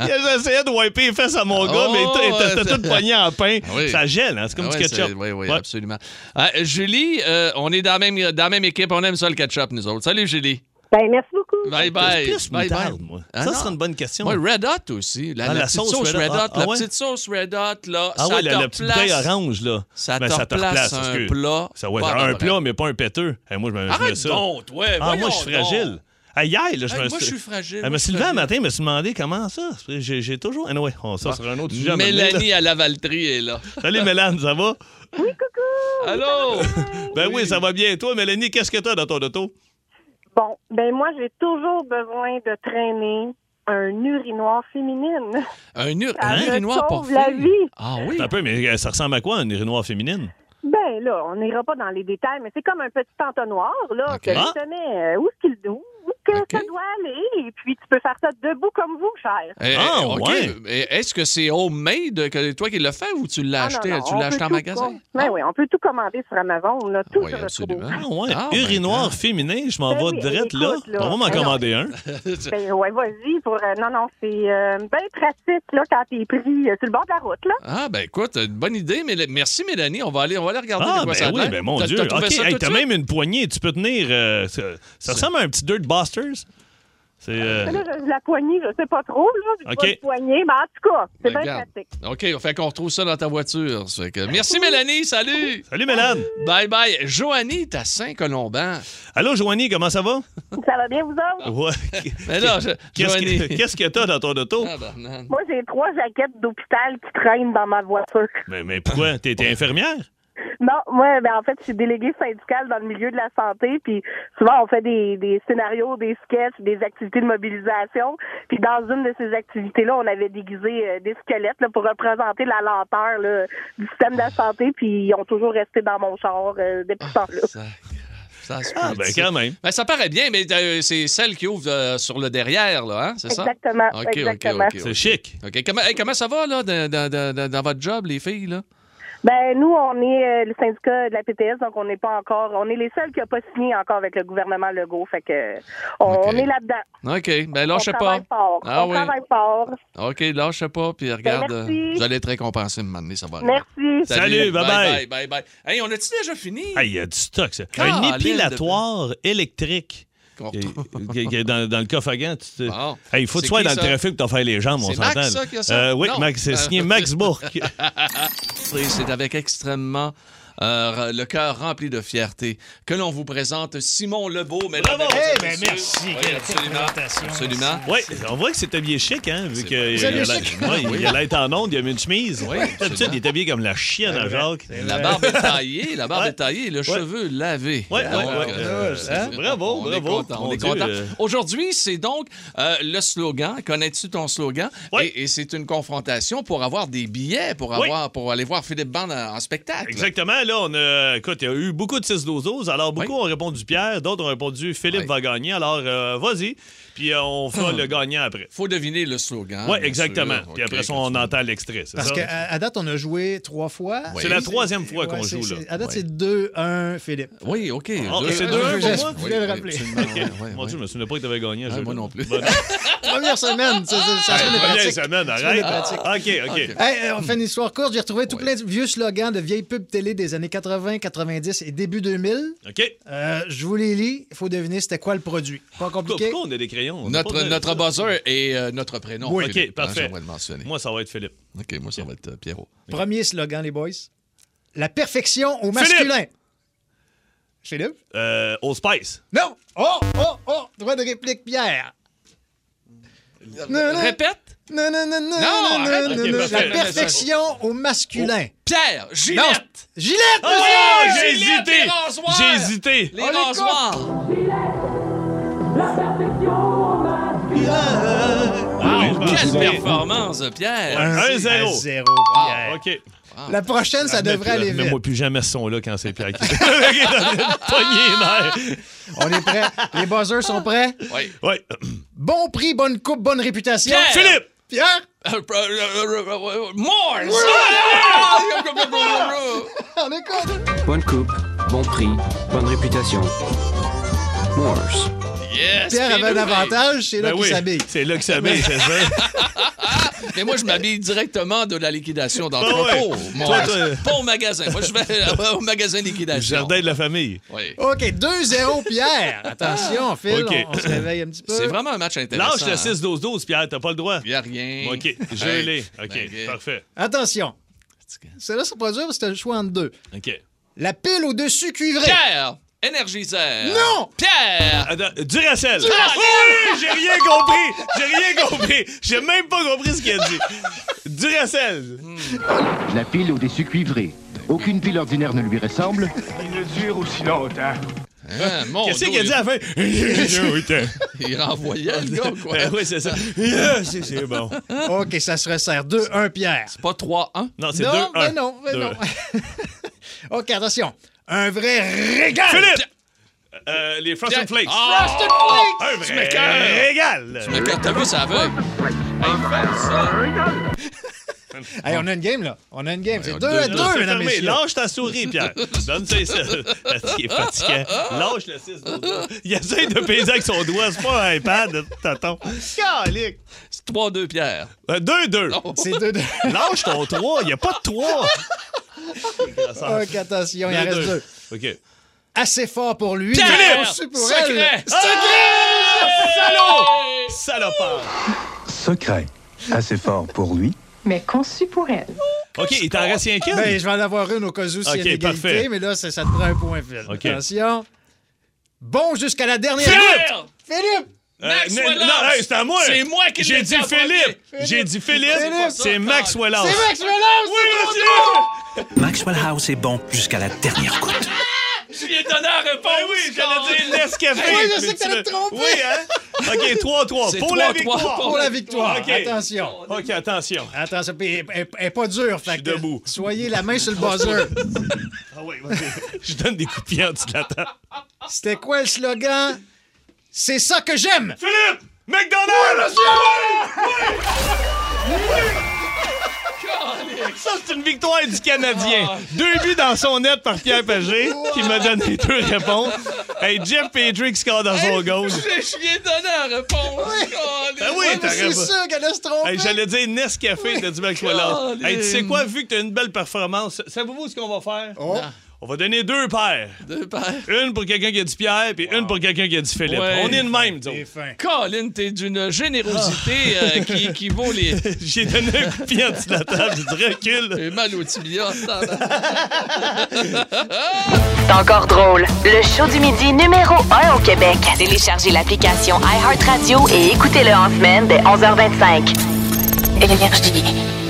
S2: J'essayais de wiper les fesses à mon gars, mais
S1: Oh,
S2: t'as- t'as- t'as
S1: ouais,
S2: tout pogné en pain.
S1: Ah oui.
S2: Ça gèle, hein? C'est comme
S1: Ah ouais,
S2: du ketchup.
S1: c'est- Oui, oui,
S2: Ouais.
S1: absolument. Ah, Julie, euh, on est dans la, même, dans la même équipe. On aime ça, le ketchup, nous autres. Salut, Julie.
S11: Ben merci beaucoup.
S1: Bye bye.
S2: Je pisse
S1: bye
S2: moutarde, moi.
S1: Ah
S2: ça
S1: non.
S2: serait une bonne question.
S1: Moi, Red Hot aussi. La,
S2: Ah,
S1: la
S2: la
S1: petite
S2: sauce
S1: sauce
S2: Red
S1: Red
S2: Hot.
S1: Hot.
S2: Ah,
S1: la
S2: ouais.
S1: petite sauce Red Hot, là.
S2: Ah
S1: ça
S2: oui,
S1: te
S2: la, la petite
S1: replace-
S2: bouteille orange, là.
S1: Ça
S2: Ben,
S1: te
S2: ça te replace,
S1: replace un
S2: excuse.
S1: plat
S2: Ça, ouais,
S1: pas
S2: un
S1: normal.
S2: plat, mais pas un péteux. Eh, moi, je me je mets
S1: Arrête
S2: ça.
S1: donc, toi.
S2: ah, moi,
S1: voyons
S2: je suis
S1: donc.
S2: fragile. Ah, hier, là, je
S1: Hey,
S2: me
S1: moi, je suis fragile,
S2: Eh,
S1: moi,
S2: mais
S1: je suis
S2: Sylvain, un
S1: fragile.
S2: matin, je me suis demandé comment ça. J'ai j'ai toujours. Ah, anyway, on, ça sera un autre sujet. à un moment donné, là.
S1: Mélanie à la Valtrie est là.
S2: Salut, Mélanie, ça va?
S1: Allô?
S2: Ben oui, ça va bien. Et Toi, Mélanie, qu'est-ce que t'as dans ton auto?
S12: Bon, ben moi, j'ai toujours besoin de traîner un urinoir féminine.
S1: Un, ur-
S12: Ça
S1: un
S12: me
S1: urinoir pour
S12: sauve la
S1: filles?
S12: vie.
S1: Ah oui?
S2: Un peu, mais euh, ça ressemble à quoi, une urinoir féminine?
S12: Ben là, on n'ira pas dans les détails, mais c'est comme un petit entonnoir, là,
S1: Ok.
S12: que
S2: Ah.
S12: tu te mets, euh, où est-ce qu'il où que ça doit aller, et puis tu peux faire ça debout comme vous, cher.
S1: Eh, eh,
S2: Ah,
S1: ok.
S2: ouais.
S1: Eh, Est-ce que c'est homemade, que toi qui l'as fait ou tu
S12: Ah,
S1: l'as
S12: non,
S1: acheté,
S12: non,
S1: tu
S12: on
S1: l'as
S12: peut
S1: acheté en
S12: tout
S1: magasin?
S12: com- Ben oui, on peut tout commander sur Amazon, là, tout
S1: Oui,
S12: se retrouve.
S1: absolument.
S2: Ah, ouais.
S1: Ah, ben,
S2: urinoir
S1: ben.
S2: féminin, je m'en
S12: Ben
S2: vais
S12: oui,
S2: direct là.
S12: écoute, là.
S2: On va m'en
S12: Ben non.
S2: commander un.
S12: Ben ouais, vas-y, pour, euh, non, non, c'est euh, ben pratique, là, quand t'es pris euh, sur le bord de la route, là.
S1: Ah, ben écoute, une bonne idée. Mais merci, Mélanie. On va aller, on va aller regarder de
S2: Ah,
S1: quoi
S2: ben
S1: ça a
S2: oui,
S1: l'air.
S2: ben mon
S1: T'as-
S2: Dieu.
S1: T'as trouvé
S2: OK,
S1: ça
S2: hey,
S1: tout de
S2: t'as
S1: suite?
S2: même une poignée, tu peux tenir. euh, ça, ça ressemble à un petit Dirt Busters. C'est. euh,
S12: Là, je- la poignée, je sais pas trop, là, j'ai
S2: Ok.
S12: pas de poignée, mais en tout cas, c'est bien
S1: Ben, Regarde.
S12: pratique.
S1: OK, fait qu'on retrouve ça dans ta voiture. Ça fait que- Merci, Mélanie. Salut.
S2: Salut, Mélanie.
S1: Bye bye. Joanie, t'as Saint-Colomban.
S2: Allô, Joanie, comment ça va?
S12: Ça va bien, vous autres?
S1: Ah
S2: Ouais.
S1: Mais là, je-
S2: Qu'est-ce
S1: Joanie.
S2: que qu'est-ce que t'as dans ton auto?
S1: Ah, Bernard.
S10: Moi, j'ai trois jaquettes d'hôpital qui traînent dans ma voiture.
S2: Mais, mais pourquoi? T'es t'es infirmière?
S10: Non, moi, ben, en fait, je suis déléguée syndicale dans le milieu de la santé, puis souvent, on fait des, des scénarios, des sketchs, des activités de mobilisation, puis dans une de ces activités-là, on avait déguisé euh, des squelettes là, pour représenter la
S1: Ah,
S10: lenteur là, du système de la santé, puis ils ont toujours resté dans mon char euh, depuis ce temps-là.
S1: Sac. Ça se
S2: Ah,
S1: peut,
S2: ben,
S1: tu sais.
S2: quand même.
S1: Ben, ça paraît bien, mais euh, c'est celle qui ouvre euh, sur le derrière, là, hein? c'est ça?
S10: Exactement,
S1: OK, OK,
S10: exactement.
S1: OK, OK.
S10: C'est
S2: chic.
S1: OK. Comment, hey, comment ça va, là, dans, dans- dans- dans votre job, les filles, là?
S10: Ben nous, on est euh, le syndicat de la PTS, donc on n'est pas encore, on est les seuls qui n'ont pas signé encore avec le gouvernement Legault, fait que euh, on, on est là-dedans.
S1: OK. Ben,
S10: on
S1: lâchez pas.
S10: travaille fort.
S1: Ah
S10: on
S1: oui.
S10: travaille fort.
S1: OK, lâchez pas, puis regarde,
S10: Ben,
S1: euh,
S10: merci.
S1: vous allez être récompensé, maintenant, ça va aller.
S10: Merci.
S2: Salut, bye-bye.
S1: Bye, bye, bye. Hey, on a-tu déjà fini?
S2: Ah, il y a du stock, ça.
S1: Caroline
S2: un épilatoire électrique. Qui- qui est dans, dans le coffre à gants, tu te- Hey, il
S1: C'est
S2: faut que tu sois
S1: qui,
S2: dans
S1: ça?
S2: le trafic pour t'en faire les jambes, on
S1: C'est
S2: s'entend.
S1: Max,
S2: là.
S1: ça, qui a ça?
S2: Euh, oui,
S1: Non.
S2: Max, c'est signé Max Bourque.
S1: Et C'est avec extrêmement euh, le cœur rempli de fierté que l'on vous présente Simon Lebeau. mesdames
S13: Bravo!
S1: et messieurs.
S13: Eh ben, merci,
S1: Oui,
S13: quelle
S1: absolument.
S13: présentation.
S1: Absolument.
S2: Oui, on voit que c'est habillé chic, hein, vu qu'il
S1: vrai.
S2: a
S1: Vous habillez
S2: l'air
S1: chic.
S2: ouais,
S1: Oui.
S2: il a l'air en onde, il a mis une chemise.
S1: Oui,
S2: D'habitude, il est habillé comme la chienne à Jacques.
S1: La barbe est taillée, la barbe est taillée, le cheveu lavé.
S2: Ouais,
S1: Donc,
S2: ouais, ouais.
S1: euh,
S2: Hein? Bravo,
S1: on
S2: bravo.
S1: Est content, on
S2: Mon
S1: est
S2: Dieu,
S1: content.
S2: euh.
S1: Aujourd'hui, c'est donc euh, le slogan. Connais-tu ton slogan? Et, et c'est une confrontation pour avoir des billets, pour,
S2: Oui.
S1: avoir, pour aller voir Philippe Bande en, en spectacle.
S2: Exactement. Là, on a, écoute, il y a eu beaucoup de 6 12 Alors, beaucoup ont répondu Pierre, d'autres ont répondu Philippe va gagner. Alors, euh, vas-y. Puis, euh, on fera le gagnant après.
S1: Faut deviner le slogan.
S2: Oui,
S1: Ah, bien
S2: exactement.
S1: sûr.
S2: Puis
S1: Ok,
S2: après ça, on entend l'extrait. c'est
S13: Parce euh,
S2: ça?
S13: qu'à à date, on a joué trois fois.
S2: C'est la troisième fois qu'on
S13: Ouais,
S2: joue,
S13: c'est-
S2: là.
S13: c'est- À date,
S2: Ouais.
S13: c'est 2-1, Philippe.
S1: Oui, OK.
S2: Ah,
S1: Deux-
S2: c'est
S1: un,
S2: deux,
S1: un,
S2: un
S1: je-
S13: pour moi?
S1: oui,
S13: Je voulais le
S1: oui,
S13: rappeler.
S1: absolument,
S2: Ok.
S1: Ah, ouais, ouais,
S2: Mon
S1: ouais.
S2: Dieu, je me souvenais pas que t'avais gagné.
S1: Ah, moi non plus. Ah,
S13: Première semaine, ça, ça, ça se fait des
S2: Première
S13: pratiques.
S2: semaine,
S13: Ça se fait
S2: arrête.
S13: des pratiques.
S2: OK, OK.
S13: Hey, euh, on fait une histoire courte. J'ai retrouvé tout plein de vieux slogans de vieilles pubs télé des années 80, 90 et début 2000.
S2: OK.
S13: Euh, je vous les lis. Il faut deviner c'était quoi le produit. Pas
S2: Pourquoi,
S13: compliqué.
S2: pourquoi on a des crayons? On a
S1: Notre,
S2: pas de-
S1: notre buzzer et euh, notre prénom.
S2: Oui.
S1: Philippe,
S2: OK,
S1: hein,
S2: parfait.
S1: J'aimerais le mentionner.
S2: Moi, ça va être Philippe.
S1: OK, moi, ça va être euh, Pierrot.
S13: Premier slogan, les boys. La perfection au masculin. Philippe?
S2: Euh, au Spice.
S13: Non! Oh, oh, oh! Droit de réplique, Pierre.
S1: Répète.
S13: Non, non, non, non, non,
S1: arrête.
S13: non,
S1: Ok,
S13: non,
S1: parfait.
S13: La perfection au masculin.
S1: Pierre, Gillette.
S13: Non. Gillette!
S1: Oh,
S2: Ah,
S13: monsieur!
S1: j'ai
S13: Gillette,
S1: hésité.
S13: les rasoirs!
S1: J'ai hésité. Les
S13: On coupe.
S1: rasoirs.
S2: Ah,
S1: Wow, quelle performance, Pierre.
S2: Un, 0
S13: à zéro, Pierre.
S2: OK.
S13: La prochaine, Eh, ça devrait aller vite.
S2: moi plus jamais ce son-là quand c'est Pierre qui... OK, t'as pogné les nerfs.
S13: On est prêts. Les buzzers sont prêts.
S1: Oui.
S2: Oui.
S13: Eh, Bon prix, bonne coupe, bonne réputation.
S1: Pierre! Philippe!
S13: Pierre!
S1: Euh, Morse!
S13: On écoute!
S14: Bonne coupe, bon prix, bonne réputation. Morse.
S1: Yes,
S13: Pierre avait un
S1: Philippe.
S13: avantage, c'est là
S2: Ben
S13: qu'il
S2: oui,
S13: s'habille.
S2: C'est là que ça met, c'est ça.
S1: Mais moi, je m'habille directement de la liquidation d'entrepôt.
S2: Ah ouais.
S1: Mon-
S2: Toi, toi-
S1: Pas au magasin. Moi, je vais euh, au magasin
S2: Le
S1: liquidation.
S2: jardin de la famille.
S13: hein.
S1: Oui.
S13: OK, 2-0 Pierre. Attention, Phil,
S2: OK.
S13: on, on se réveille un petit peu.
S1: C'est vraiment un match intéressant.
S2: Lâche le 6-12-12, Pierre, t'as pas le droit.
S1: Il n'y a rien.
S2: OK, je
S1: Hey,
S2: l'ai. OK,
S1: ben,
S2: parfait.
S13: Attention. Celle-là, c'est pas dur parce que t'as le choix entre deux.
S2: OK.
S13: La pile au-dessus cuivrée.
S1: Pierre! Énergiseur!
S13: Non!
S1: Pierre!
S2: Attends, Duracell!
S1: Duracell!
S2: Ah oui, j'ai rien compris! J'ai rien compris! J'ai même pas compris ce qu'il a dit. Duracell!
S15: La pile au-dessus cuivrée. Aucune pile ordinaire ne lui ressemble.
S4: Il ne dure aussi longtemps.
S1: Hein, mon
S2: Qu'est-ce
S1: Dieu,
S2: qu'il a dit à la fin?
S1: Il renvoyait le gars, quoi.
S2: Ben oui, c'est ça. C'est c'est bon.
S13: OK, ça se resserre. 2-1 Pierre.
S1: C'est pas 3-1?
S2: Non, c'est 2-1.
S13: non, ben non, ben
S2: Deux.
S13: non. OK, attention. Un vrai régal.
S2: Philippe! Euh, les Frosted Flakes. Ah,
S13: Ah!
S2: ben,
S13: Frosted
S2: Un
S13: Flakes!
S1: Tu
S2: vrai
S1: m'écoeures.
S2: régal!
S1: Mais quand t'as vu ça aveugle.
S13: Hey, on a une game, là. On a une game. C'est 2
S1: deux,
S13: à
S1: deux,
S13: 2,
S2: C'est
S13: mesdames et
S2: fermé.
S13: messieurs.
S2: Lâche ta souris, Pierre. Donne ça ici. Il est fatiguant. Lâche le 6 Il essaie de peser avec son doigt. C'est pas un iPad, tonton. Calique.
S1: C'est 3-2, Pierre.
S2: 2-2.
S13: C'est 2 2
S2: Lâche ton 3. Il n'y a pas de 3. Ah.
S13: OK, attention, il Ah, en reste deux.
S2: OK.
S13: Assez fort pour lui.
S1: Pierre!
S13: mais aussi pour
S1: Secret!
S13: elle.
S2: Ah! Salaud!
S1: Oh!
S2: Salopard.
S16: Secret. Assez fort pour lui.
S17: mais conçu pour elle.
S2: OK, il t'en reste rien qu'une.
S13: Ben, je vais en avoir une au cas où s'il y a
S2: Ok,
S13: une égalité,
S2: parfait.
S13: mais là, ça, ça te prend un point, Phil.
S2: Ok.
S13: Attention. Bon jusqu'à la dernière
S2: Philippe!
S13: goutte. Philippe!
S2: Euh,
S1: Max
S2: mais-
S1: Wellens.
S2: non, hey, c'est à moi.
S1: C'est moi qui l'ai
S2: J'ai
S1: dit
S2: dit
S1: en
S2: Philippe.
S1: premier.
S2: J'ai dit Philippe.
S1: Philippe.
S2: C'est Oh, Max Wellens.
S13: C'est Max Velas!
S14: Maxwell House est bon jusqu'à la dernière goutte.
S1: Je lui ai donné la réponse.
S2: Ben oui, j'allais dire Nescafé.
S13: Oui, je sais
S2: Mais
S13: que
S2: tu
S13: t'allais te
S2: veux-
S13: tromper.
S2: Oui, hein? OK, 3-3.
S1: C'est
S2: Pour
S1: 3-3.
S2: la victoire.
S13: Pour la victoire.
S2: OK.
S13: Attention.
S2: OK, attention.
S13: Attention, puis elle- elle elle est pas dure. Fait que
S2: debout.
S13: Soyez la main sur le buzzer.
S2: Je donne des coups de pied en dessous de la table.
S13: C'était quoi le slogan? C'est ça que j'aime!
S2: Philippe! McDonald's! Ça, c'est une victoire du Canadien. Deux buts dans son net par Pierre Pagé, qui me donne les deux réponses. Hey, Jeff Patrick score dans son goal.
S1: Je je lui ai donné la réponse. Caliste.
S2: Ben oui,
S13: Ouais, mais
S2: t'aurais
S13: c'est
S2: pas-
S13: sûr qu'elle a se trompé.
S2: Hey, J'allais dire Nescafé, t'as dit McDonald's.
S1: Colin.
S2: Hey, tu sais quoi, vu que t'as une belle performance, savez-vous ce qu'on va faire? On va donner deux paires.
S1: Deux paires.
S2: Une pour quelqu'un qui a dit Pierre, puis une pour quelqu'un qui a dit Philippe.
S1: Ouais.
S2: On est de même, disons.
S1: Colin, t'es d'une générosité euh, qui, qui vaut les. euh,
S2: J'ai donné un coup de pied en dessous de la table, j'ai dit recule.
S1: J'ai mal au tibia.
S17: C'est encore drôle. Le show du midi numéro 1 au Québec. Téléchargez l'application iHeartRadio et écoutez-le en semaine dès 11h25. Énergie.